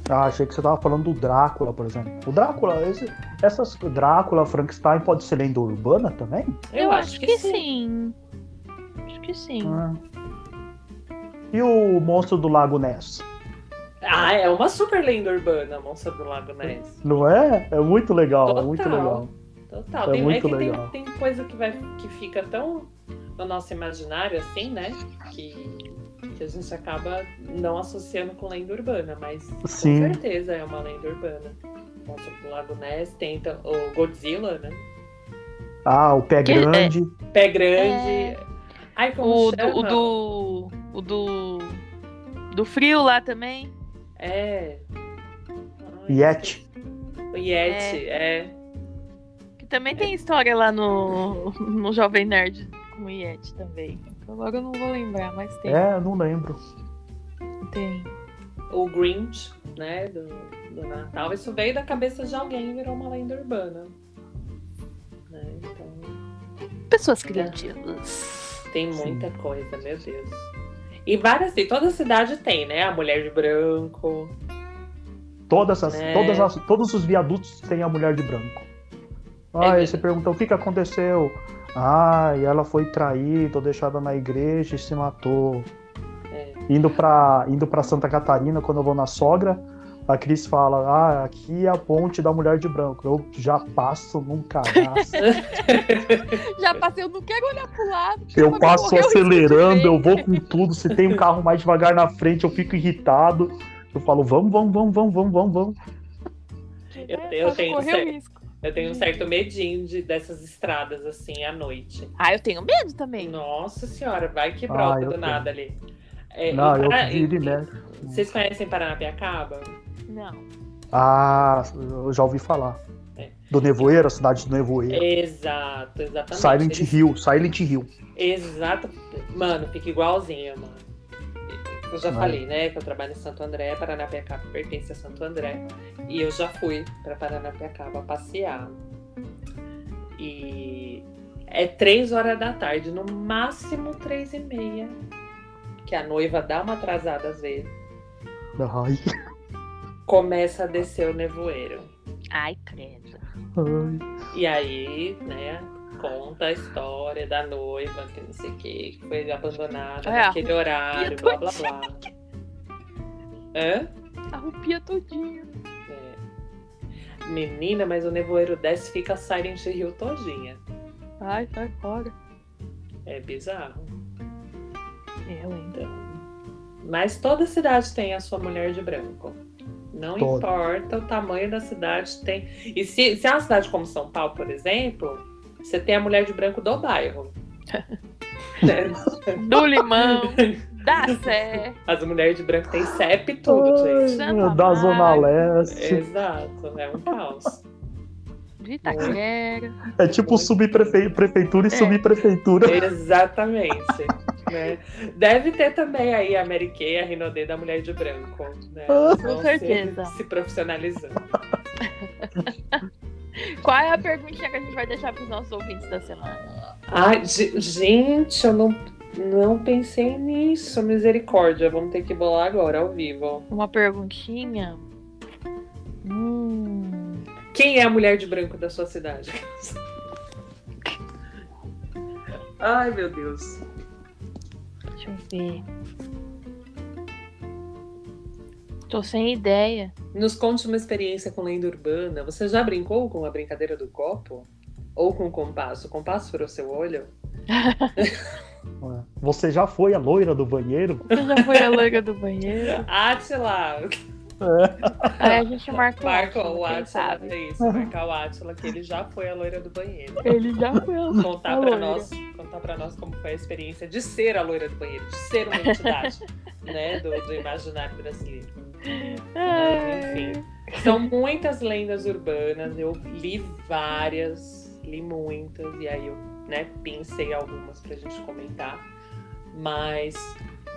Ah, achei que você tava falando do Drácula, por exemplo. O Drácula, esse- essas Drácula, Frankenstein pode ser lenda urbana também?
Eu, acho, que, sim. Acho que sim.
Ah. E o monstro do Lago Ness?
Ah, é uma super lenda urbana, a Monça do Lago Ness.
Não é? É muito legal, é
Total.
muito legal.
Total.
É
tem,
muito
que tem-
legal.
Tem, coisa que, vai, que fica tão no nosso imaginário, assim, né? Que, que a gente acaba não associando com lenda urbana, mas
Sim.
com certeza é uma lenda urbana. Monstro do Lago Ness, tem então, o Godzilla, né?
Ah, o pé
Que-
grande.
Pé grande.
É.
Ai, como
O
chama?
do, o do. O do. Do frio lá também.
É. Ai,
Yeti.
O Yeti, é.
Que também tem história lá no, no Jovem Nerd com o Yeti também. Agora eu não vou lembrar, mas tem.
É, não lembro.
Tem.
o Grinch, né, do, do Natal, isso veio da cabeça de alguém e virou uma lenda urbana. Né? Então,
Pessoas criativas.
tem muita coisa, meu Deus. E várias, e toda cidade tem, né? A mulher de branco.
Todas as,
É.
todas as- todos os viadutos têm a mulher de branco.
É
Ai,
mesmo.
você pergunta o que, que aconteceu? Ai, ela foi traída, ou deixada na igreja e se matou.
É.
Indo pra indo para Santa Catarina, quando eu vou na sogra, a Cris fala: Ah, aqui é a ponte da mulher de branco. Eu já passo num cagaço.
Já passei, eu não quero olhar pro lado. porque
Eu
ela me
passo
correu em cima de
acelerando,
mim.
eu vou com tudo. Se tem um carro mais devagar na frente, eu fico irritado. Eu falo, vamos, vamos, vamos, vamos, vamos, vamos, vamos.
Eu,
É,
eu
ela
tenho, um
correu
cer-
risco.
eu
Uhum.
tenho um certo medinho de, dessas estradas assim à noite.
Ah, eu tenho medo também.
Nossa senhora, vai que
Ah,
brota
eu
do
tenho.
nada ali. É,
Não,
e
eu né?
Para-
viro e
e-
mexe.
Vocês conhecem Paranapiacaba?
Não.
Ah, eu já ouvi falar.
É.
Do Nevoeiro, a cidade do Nevoeiro.
Exato, exatamente.
Silent
Eles-
Hill, Silent Hill.
Exato. Mano, fica igualzinho, mano. Eu já
Mano.
falei, né, que eu trabalho em Santo André, Paranapiacaba pertence a Santo André. E eu já fui pra Paranapiacaba passear. E é três horas da tarde, no máximo três e meia. Que a noiva dá uma atrasada às vezes.
Ai,
Começa a descer o nevoeiro.
Ai, credo.
ai.
E aí, né, conta a história da noiva, que não sei o que, que foi abandonada
É,
naquele horário,
eu
blá
tô
blá blá. Hã?
A roupinha todinha.
É. Menina, mas o nevoeiro desce e fica a Silent Hill todinha.
Ai, vai fora.
É bizarro.
É, Eu, hein.
Então. Mas toda cidade tem a sua mulher de branco. Não
Toda.
importa o tamanho da cidade, tem. E se, se é uma cidade como São Paulo, por exemplo, você tem a mulher de branco do bairro. Né?
Do limão, da sé.
As mulheres de branco têm CEP e tudo, gente.
Santa
Da Zona
Marta.
Leste.
Exato, é um caos.
De Itaquera.
É, tipo subprefeitura e
É.
subprefeitura.
Exatamente. né? Deve ter também aí a Mary Kay, a Rinodê da mulher de branco. Né?
Com
Vão se-
certeza.
Se, profissionalizando.
Qual é a perguntinha que a gente vai deixar pros nossos ouvintes da semana?
Ai, ge- gente, eu não, não pensei nisso. Misericórdia, vamos ter que bolar agora, ao vivo.
Uma perguntinha? Hum.
Quem é a mulher de branco da sua cidade? Ai, meu Deus.
Deixa eu ver. Tô sem ideia.
Nos conte uma experiência com lenda urbana. Você já brincou com a brincadeira do copo? Ou com o compasso? O compasso furou seu olho? É.
Você já foi a loira do banheiro?
Você já foi a loira do banheiro?
Átila!
Aí a gente marcou.
Marca o
quem
Átila,
sabe.
é isso. Marcar o Átila, que ele já foi a loira do banheiro.
Ele já foi a
Contar pra
A loira.
nós, contar pra nós como foi a experiência de ser a loira do banheiro, de ser uma entidade, né, do, do imaginário brasileiro.
Ai.
Enfim, são muitas lendas urbanas, eu li várias, li muitas, e aí eu né, pensei algumas pra gente comentar. Mas.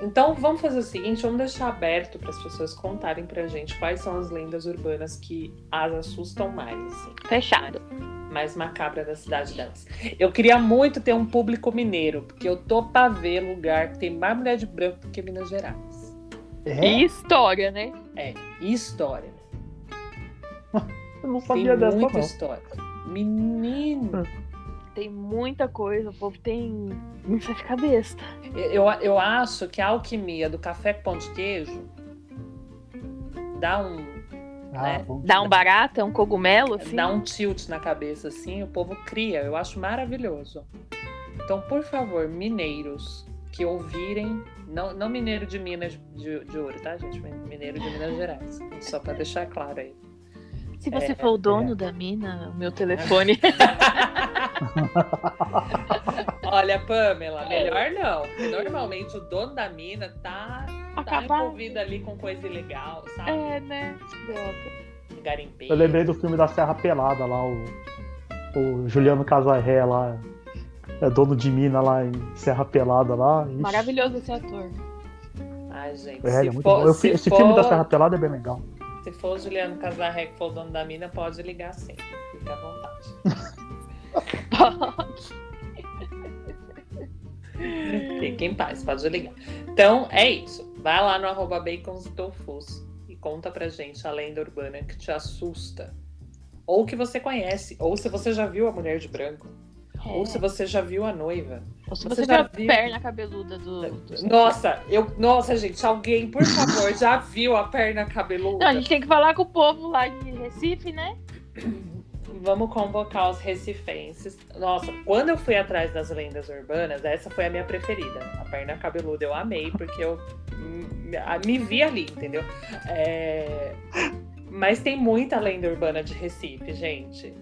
Então vamos fazer o seguinte, vamos deixar aberto para as pessoas contarem pra gente quais são as lendas urbanas que as assustam mais, assim,
Fechado.
mais macabra da cidade delas. Eu queria muito ter um público mineiro, porque eu tô pra ver lugar que tem mais mulher de branco do que Minas Gerais.
É?
E história, né?
É, e história.
Eu não
Tem
sabia dessa,
muita
não.
história. Menino,
Tem muita coisa, o povo tem. Não vai ficar besta.
Hum.
eu, eu acho que a alquimia do café com pão de queijo dá um,
Ah, bom.
Dá um barata, um cogumelo, assim.
dá um tilt na cabeça, assim, o povo cria. Eu acho maravilhoso. Então, por favor, mineiros que ouvirem. Não, não mineiro de Minas de, de Ouro, tá, gente? Mineiro de Minas Gerais. Só pra deixar claro aí.
Se você
É,
for o dono da mina, o meu telefone.
Olha, Pamela, melhor não. porque Normalmente o dono da mina tá, tá
Acabar.
envolvido ali com coisa ilegal, sabe?
É, né? Droga.
garimpeiro.
Eu lembrei do filme da Serra Pelada lá, o, o Juliano Casarré lá. É dono de mina lá em Serra Pelada lá. Ixi.
Maravilhoso esse ator.
Ah, Ai, gente.
É,
se
é muito
for-
bom. Eu
se
fi- esse filme
for-
da Serra Pelada é bem legal.
Se for o Juliano Casarré que for o dono da mina, pode ligar sim. Fica à vontade. Fica em paz, pode ligar. Então é isso. Vai lá no arroba bacons e tofus e conta pra gente a lenda urbana que te assusta. Ou que você conhece. Ou se você já viu a mulher de branco.
É.
Ou se você já viu a noiva.
Ou se
você
você
já
já a
viu-
perna cabeluda do. do-
Nossa, eu. Nossa, gente, alguém, por favor, já viu a perna cabeluda?
Não, a gente tem que falar com o povo lá de Recife, né?
Vamos convocar os recifenses. Nossa, quando eu fui atrás das lendas urbanas, essa foi a minha preferida. A perna cabeluda eu amei, porque eu me, a- me vi ali, entendeu? É, Mas tem muita lenda urbana de Recife, gente.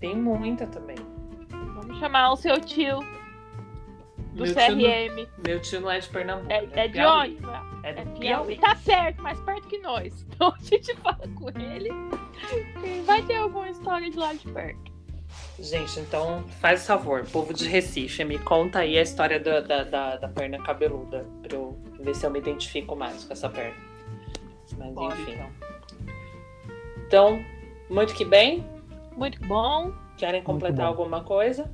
Tem muita também.
Vamos chamar o seu tio do
Meu tio
CRM.
não- meu tio não é de Pernambuco.
É,
ele
é de
Piauí.
onde? É
É do
Piauí.
Piauí.
Tá certo, mais perto que nós. Então a gente fala com ele. e Vai ter alguma história de lá de perto.
Gente, então faz o favor, povo de Recife, me conta aí a história da, da, da, da perna cabeluda, pra eu ver se eu me identifico mais com essa perna. Mas
Bora,
enfim. Então, muito que bem.
Muito bom.
Querem completar
bom.
alguma coisa?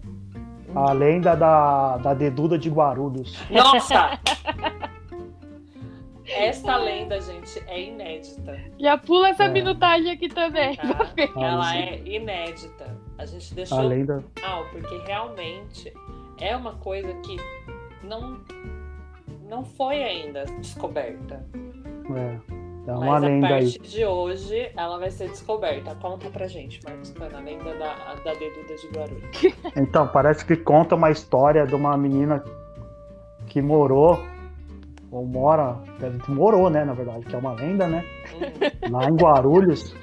Uhum.
A lenda da, da deduda de Guarulhos.
Nossa! Esta lenda, gente, é inédita.
Já pula essa
É.
minutagem aqui também.
Tá.
pra ver.
Ela
Ah,
é inédita. A gente deixou
A lenda.
mal, porque realmente é uma coisa que não, não foi ainda descoberta.
É, é uma
Mas a
lenda aí.
partir de hoje ela vai ser descoberta. Conta pra gente, Marcos Cana, a lenda da, da deduda de Guarulhos.
Então, parece que conta uma história de uma menina que morou, ou mora, deve- morou, né, na verdade, que é uma lenda, né?
Hum,
Lá em Guarulhos,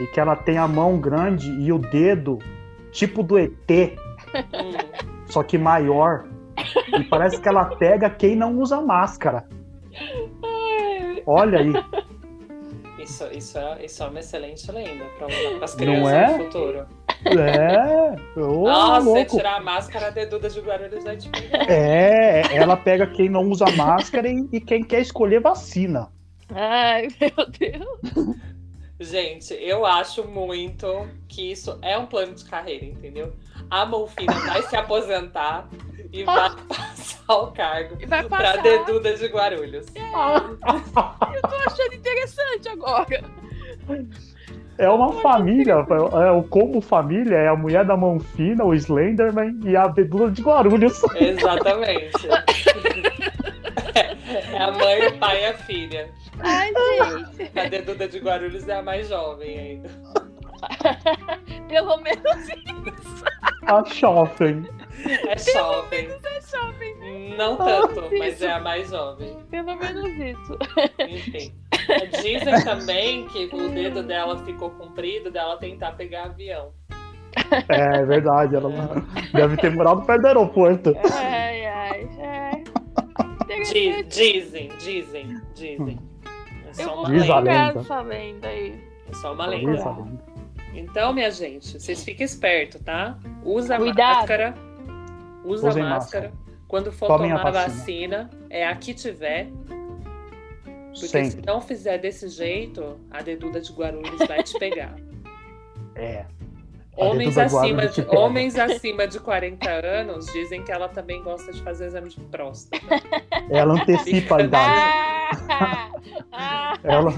e que ela tem a mão grande e o dedo tipo do ET,
hum.
só que maior. E parece que ela pega quem não usa máscara. Olha aí,
Isso, isso, é, isso é uma excelente lenda pra usar pras
Não
crianças
é?
no futuro.
é, ô,
Nossa, e
louco.
tirar a máscara, a deduda de Guarulhos é tipo.
É, ela pega quem não usa máscara e, e quem quer escolher vacina.
Ai, meu Deus.
Gente, eu acho muito que isso é um plano de carreira, entendeu? A Molfina vai se aposentar e vai passar o cargo
E Vai
pra
passar.
deduda de Guarulhos.
Tô achando interessante agora.
É uma família, é o combo família, é a mulher da mão fina, o Slenderman e a deduda de Guarulhos.
Exatamente. É a mãe, o pai e a filha.
Ai, gente.
A deduda de Guarulhos é a mais jovem ainda.
Pelo menos
A shopping.
É jovem.
é shopping.
Não tanto,
Nossa,
mas
isso.
é a mais jovem.
Pelo menos isso.
Enfim. Dizem também que o dedo dela ficou comprido dela tentar pegar avião.
É, é verdade, ela deve ter morado perto do
É,
aeroporto.
Ai, ai. É.
Diz-
Interessante.
dizem, dizem, dizem. É
Eu
só
vou
uma
Diz a
lenda.
pegar
lenda.
essa lenda aí.
É só uma
Alguém
lenda.
sabe?
Então, minha gente, vocês fiquem espertos, tá? Usa a
Cuidado.
máscara. Usa
Usem
a máscara. Quando for
Tomem a
tomar a vacina, é a que tiver. Porque se
Sempre.
não fizer desse jeito, a deduda de Guarulhos vai te pegar.
É. A
Homens
deduda de Guarulhos
acima, de,
te pega.
homens acima de 40 anos dizem que ela também gosta de fazer exame de próstata.
Ela antecipa a idade.
Ah! Ah!
Ela,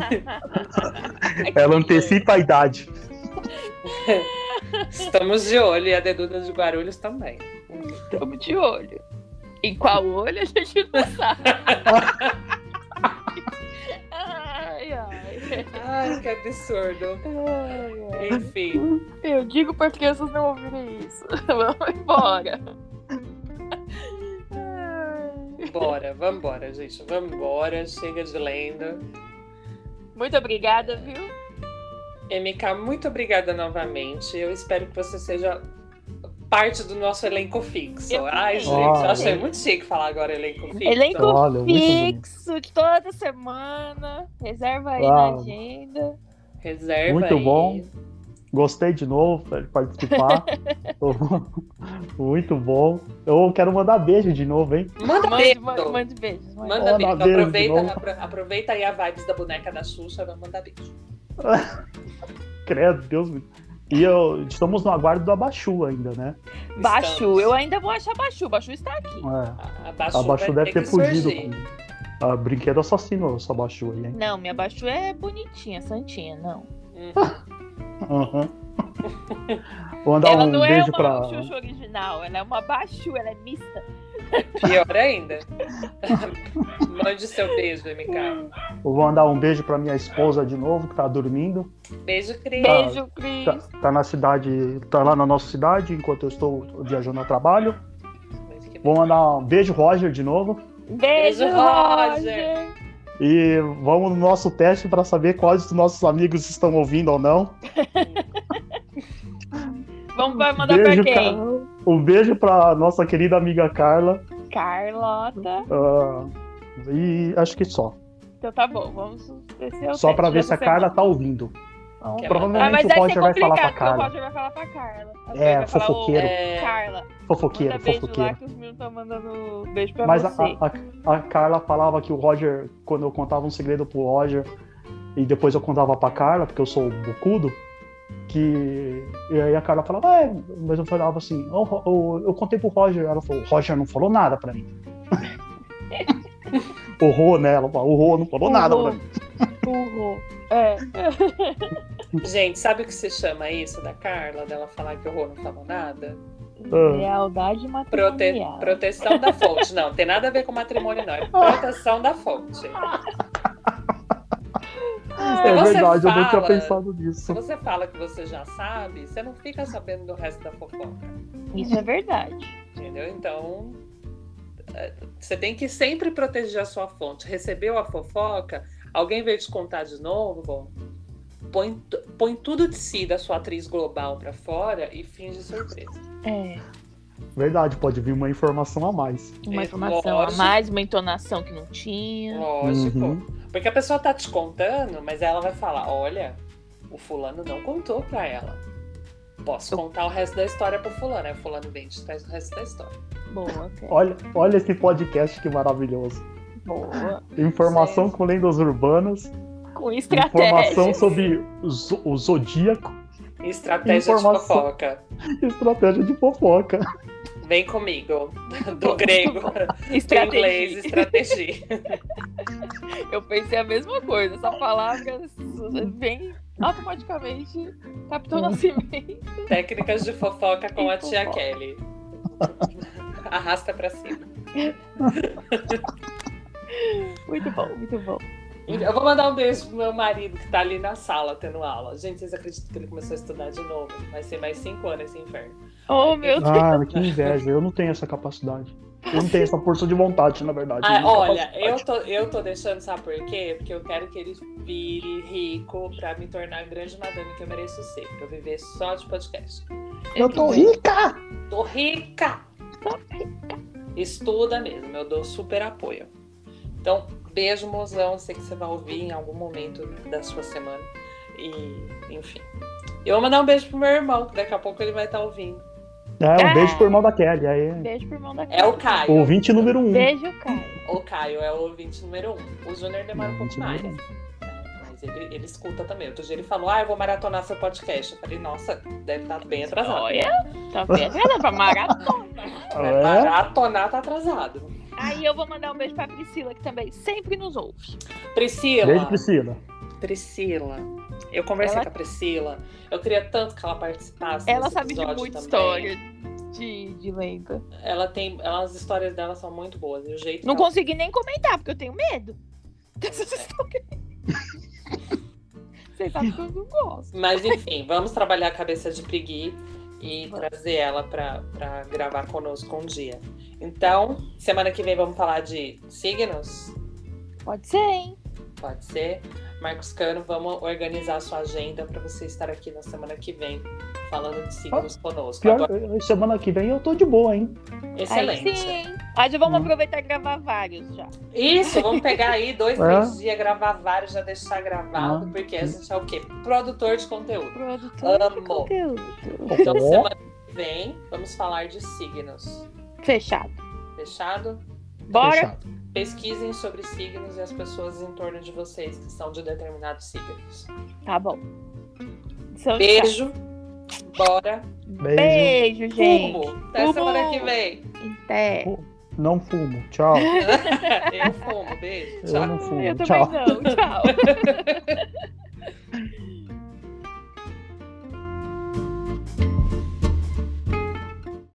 ela antecipa a idade.
Estamos de olho e a deduda de Guarulhos também.
Estamos de olho. Em qual olho a gente não sabe. ai, ai.
Ai, que absurdo. Enfim,
Eu digo para crianças não ouvirem isso. Vamos embora. Ai.
bora, vambora, gente. Vambora, chega de lenda.
Muito obrigada, viu?
MK, muito obrigada novamente. Eu espero que você seja parte do nosso elenco fixo.
Eu
Ai,
também.
gente, eu
Olha.
achei muito chique falar agora elenco fixo.
Elenco
Olha, muito bonito.
fixo toda semana. Reserva aí
Uau.
na agenda.
Reserva
Muito
aí.
bom. Gostei de novo pra ele participar. Muito bom. Eu quero mandar beijo de novo, hein?
Manda
Mande,
beijo.
mande, mande beijos. mande.
Manda
Ó, dá
beijo.
beijo de
Aproveita,
novo.
apro- aproveita aí a vibes da boneca da Xuxa, vai mandar beijo.
Credo, Deus me. E eu, estamos no aguardo do Abachu ainda, né?
Baixu,
Estamos.
eu ainda vou achar Baixu. Baixu está aqui.
É.
A, a Bachu,
A Abachu
vai
deve ter
que
fugido.
surgir.
com- Ah, brinquedo assassino, essa Abachu aí, hein?
Não, minha Baixu é bonitinha, santinha, não.
Hum.
Aham. Vou mandar
ela
um
não é
beijo
uma
pra.
Xuxa original, ela é uma Baixu, ela é mista.
Pior ainda. Mande seu beijo, MK.
Vou mandar um beijo pra minha esposa de novo, que tá dormindo.
Beijo, Cris.
Beijo, Cris.
Tá, tá na cidade, tá lá na nossa cidade, enquanto eu estou viajando a trabalho. Vou mandar um beijo, Roger, de novo.
Beijo,
Beijo, Roger.
Roger.
E vamos no nosso teste para saber quais dos nossos amigos estão ouvindo ou não.
Vamos vai mandar pra quem?
Ca- Um beijo pra nossa querida amiga Carla.
Carlota.
Ah, e acho que só.
Então tá bom, vamos descer o
Só
teste
pra ver
dessa
se a Carla
semana.
tá ouvindo.
Então,
Quer
provavelmente
Ah, mas
o
vai ser
Roger vai falar pra
complicado, então, porque o
Carla.
Roger vai falar pra Carla. Aí
É,
vai falar, ô,
fofoqueiro.
É,
Carla, manda
Fofoqueiro,
beijo lá
fofoqueiro.
que os meninos estão mandando beijo pra
Mas a,
você.
a- a Carla falava que o Roger, quando eu contava um segredo pro Roger, e depois eu contava pra Carla, porque eu sou bocudo, que. E aí a Carla falava, é, mas eu falava assim, "Ó, Ro- o- eu contei pro Roger. Ela falou, o Roger não falou nada pra mim. o Rô, né? Ela falou, o Rô não falou nada pra mim.
Burro. É.
Gente, sabe o que se chama isso da Carla? Dela falar que o Rô não falou nada?
Ah.
Lealdade
Prote-
matrimonial.
Proteção da fonte. Não, tem nada a ver com matrimônio, não. É proteção da fonte.
É
Você
verdade, eu não tinha
fala.
pensado
Se
nisso.
você fala que você já sabe, você não fica sabendo do resto da fofoca.
Isso é verdade.
Entendeu? Então, é, você tem que sempre proteger a sua fonte. Recebeu a fofoca, alguém veio te contar de novo, põe, tu- põe tudo de si da sua atriz global pra fora e finge surpresa.
É.
Verdade, pode vir uma informação a mais.
Uma
É,
informação a
lógico.
mais, uma entonação que não tinha.
Lógico.
Uhum.
Porque a pessoa tá te contando, mas ela vai falar: olha, o fulano não contou pra ela. Posso contar o resto da história pro fulano. Aí o fulano vem e te traz o resto da história.
Boa, cara.
Olha, olha esse podcast que maravilhoso.
Boa.
Informação
Sério.
com lendas urbanas,
Com
informação
estratégia.
sobre zo- o zodíaco
Estratégia de
Informação.
fofoca.
e estratégia de fofoca.
Vem comigo. Do grego. Do
Estratégia.
inglês, estratégia.
Eu pensei a mesma coisa. Essa palavra vem automaticamente Capitão Nascimento.
Técnicas de fofoca com a
Que
tia
fofoca.
Kelly. Arrasta pra cima.
Muito bom, muito bom.
Eu vou mandar um beijo pro meu marido que tá ali na sala tendo aula. Gente, vocês acreditam que ele começou a estudar de novo? Vai ser mais cinco anos esse inferno.
Oh, meu Deus.
Ah, que inveja, eu não tenho essa capacidade. Eu não tenho essa força de vontade, na verdade.
Ah,
Não tenho
olha,
capacidade.
eu tô, eu tô deixando, sabe por quê? Porque eu quero que ele vire rico pra me tornar a grande madame que eu mereço ser. Pra eu viver só de podcast.
Eu tô rica!
Tô rica! Estuda mesmo, eu dou super apoio. Então, beijo, mozão. Sei que você vai ouvir em algum momento da sua semana. E, enfim. Eu vou mandar um beijo pro meu irmão, que daqui a pouco ele vai estar ouvindo.
É, um
Ah.
beijo pro irmão da Kelly. Aí,
Beijo pro irmão da
É o
Carla.
Caio.
ouvinte número um.
Beijo, Caio.
O Caio é o ouvinte número um. O Júnior demora um pouco
É, Ouvinte
mais.
número um.
Mas ele, ele escuta também. Outro dia ele falou: Ah, eu vou maratonar seu podcast. Eu falei: Nossa, deve estar bem atrasado.
Olha, tá vendo? Era pra maratona.
Ah,
Vai
é?
Maratonar tá atrasado.
Aí eu vou mandar um beijo pra Priscila, que também sempre nos ouve.
Priscila.
Beijo, Priscila.
Priscila. Eu conversei
Ela-
com a Priscila. Eu queria tanto que ela participasse.
Ela
desse
sabe de
episódio
muita
também.
história de, de lenda.
Ela tem. ela- as histórias dela são muito boas. E o jeito
Não
que ela-
consegui nem comentar, porque eu tenho medo dessas histórias. Vocês sabem que eu não gosto.
Mas enfim, vamos trabalhar a cabeça de Prigui e
Vamos.
trazer ela para gravar conosco um dia. Então, semana que vem vamos falar de signos?
Pode ser, hein?
Pode ser. Marcos Cano, vamos organizar a sua agenda para você estar aqui na semana que vem
Oh,
falando de signos conosco.
Pior, eh,
Agora-
semana que vem eu tô de boa, hein?
Aí
excelente.
sim, hein? Aí já vamos aproveitar e gravar vários já.
Isso, vamos pegar aí dois,
É.
três dias, gravar vários, já deixar gravado, porque a gente é o quê? Produtor de conteúdo.
Produtor de
Amo.
conteúdo.
Então,
Ó.
semana que vem, vamos falar de signos.
Fechado.
Fechado?
Bora?
Fechado.
Pesquisem sobre signos e as pessoas em torno de vocês que são de determinados signos.
Tá bom. Então,
Beijo. Bora.
tá. Beijo, gente.
Fumo. Até
Fumo.
semana que vem.
Até.
Não fumo. Tchau.
Eu fumo. Beijo.
Eu
Tchau.
não fumo.
Eu também
Tchau.
não. Tchau.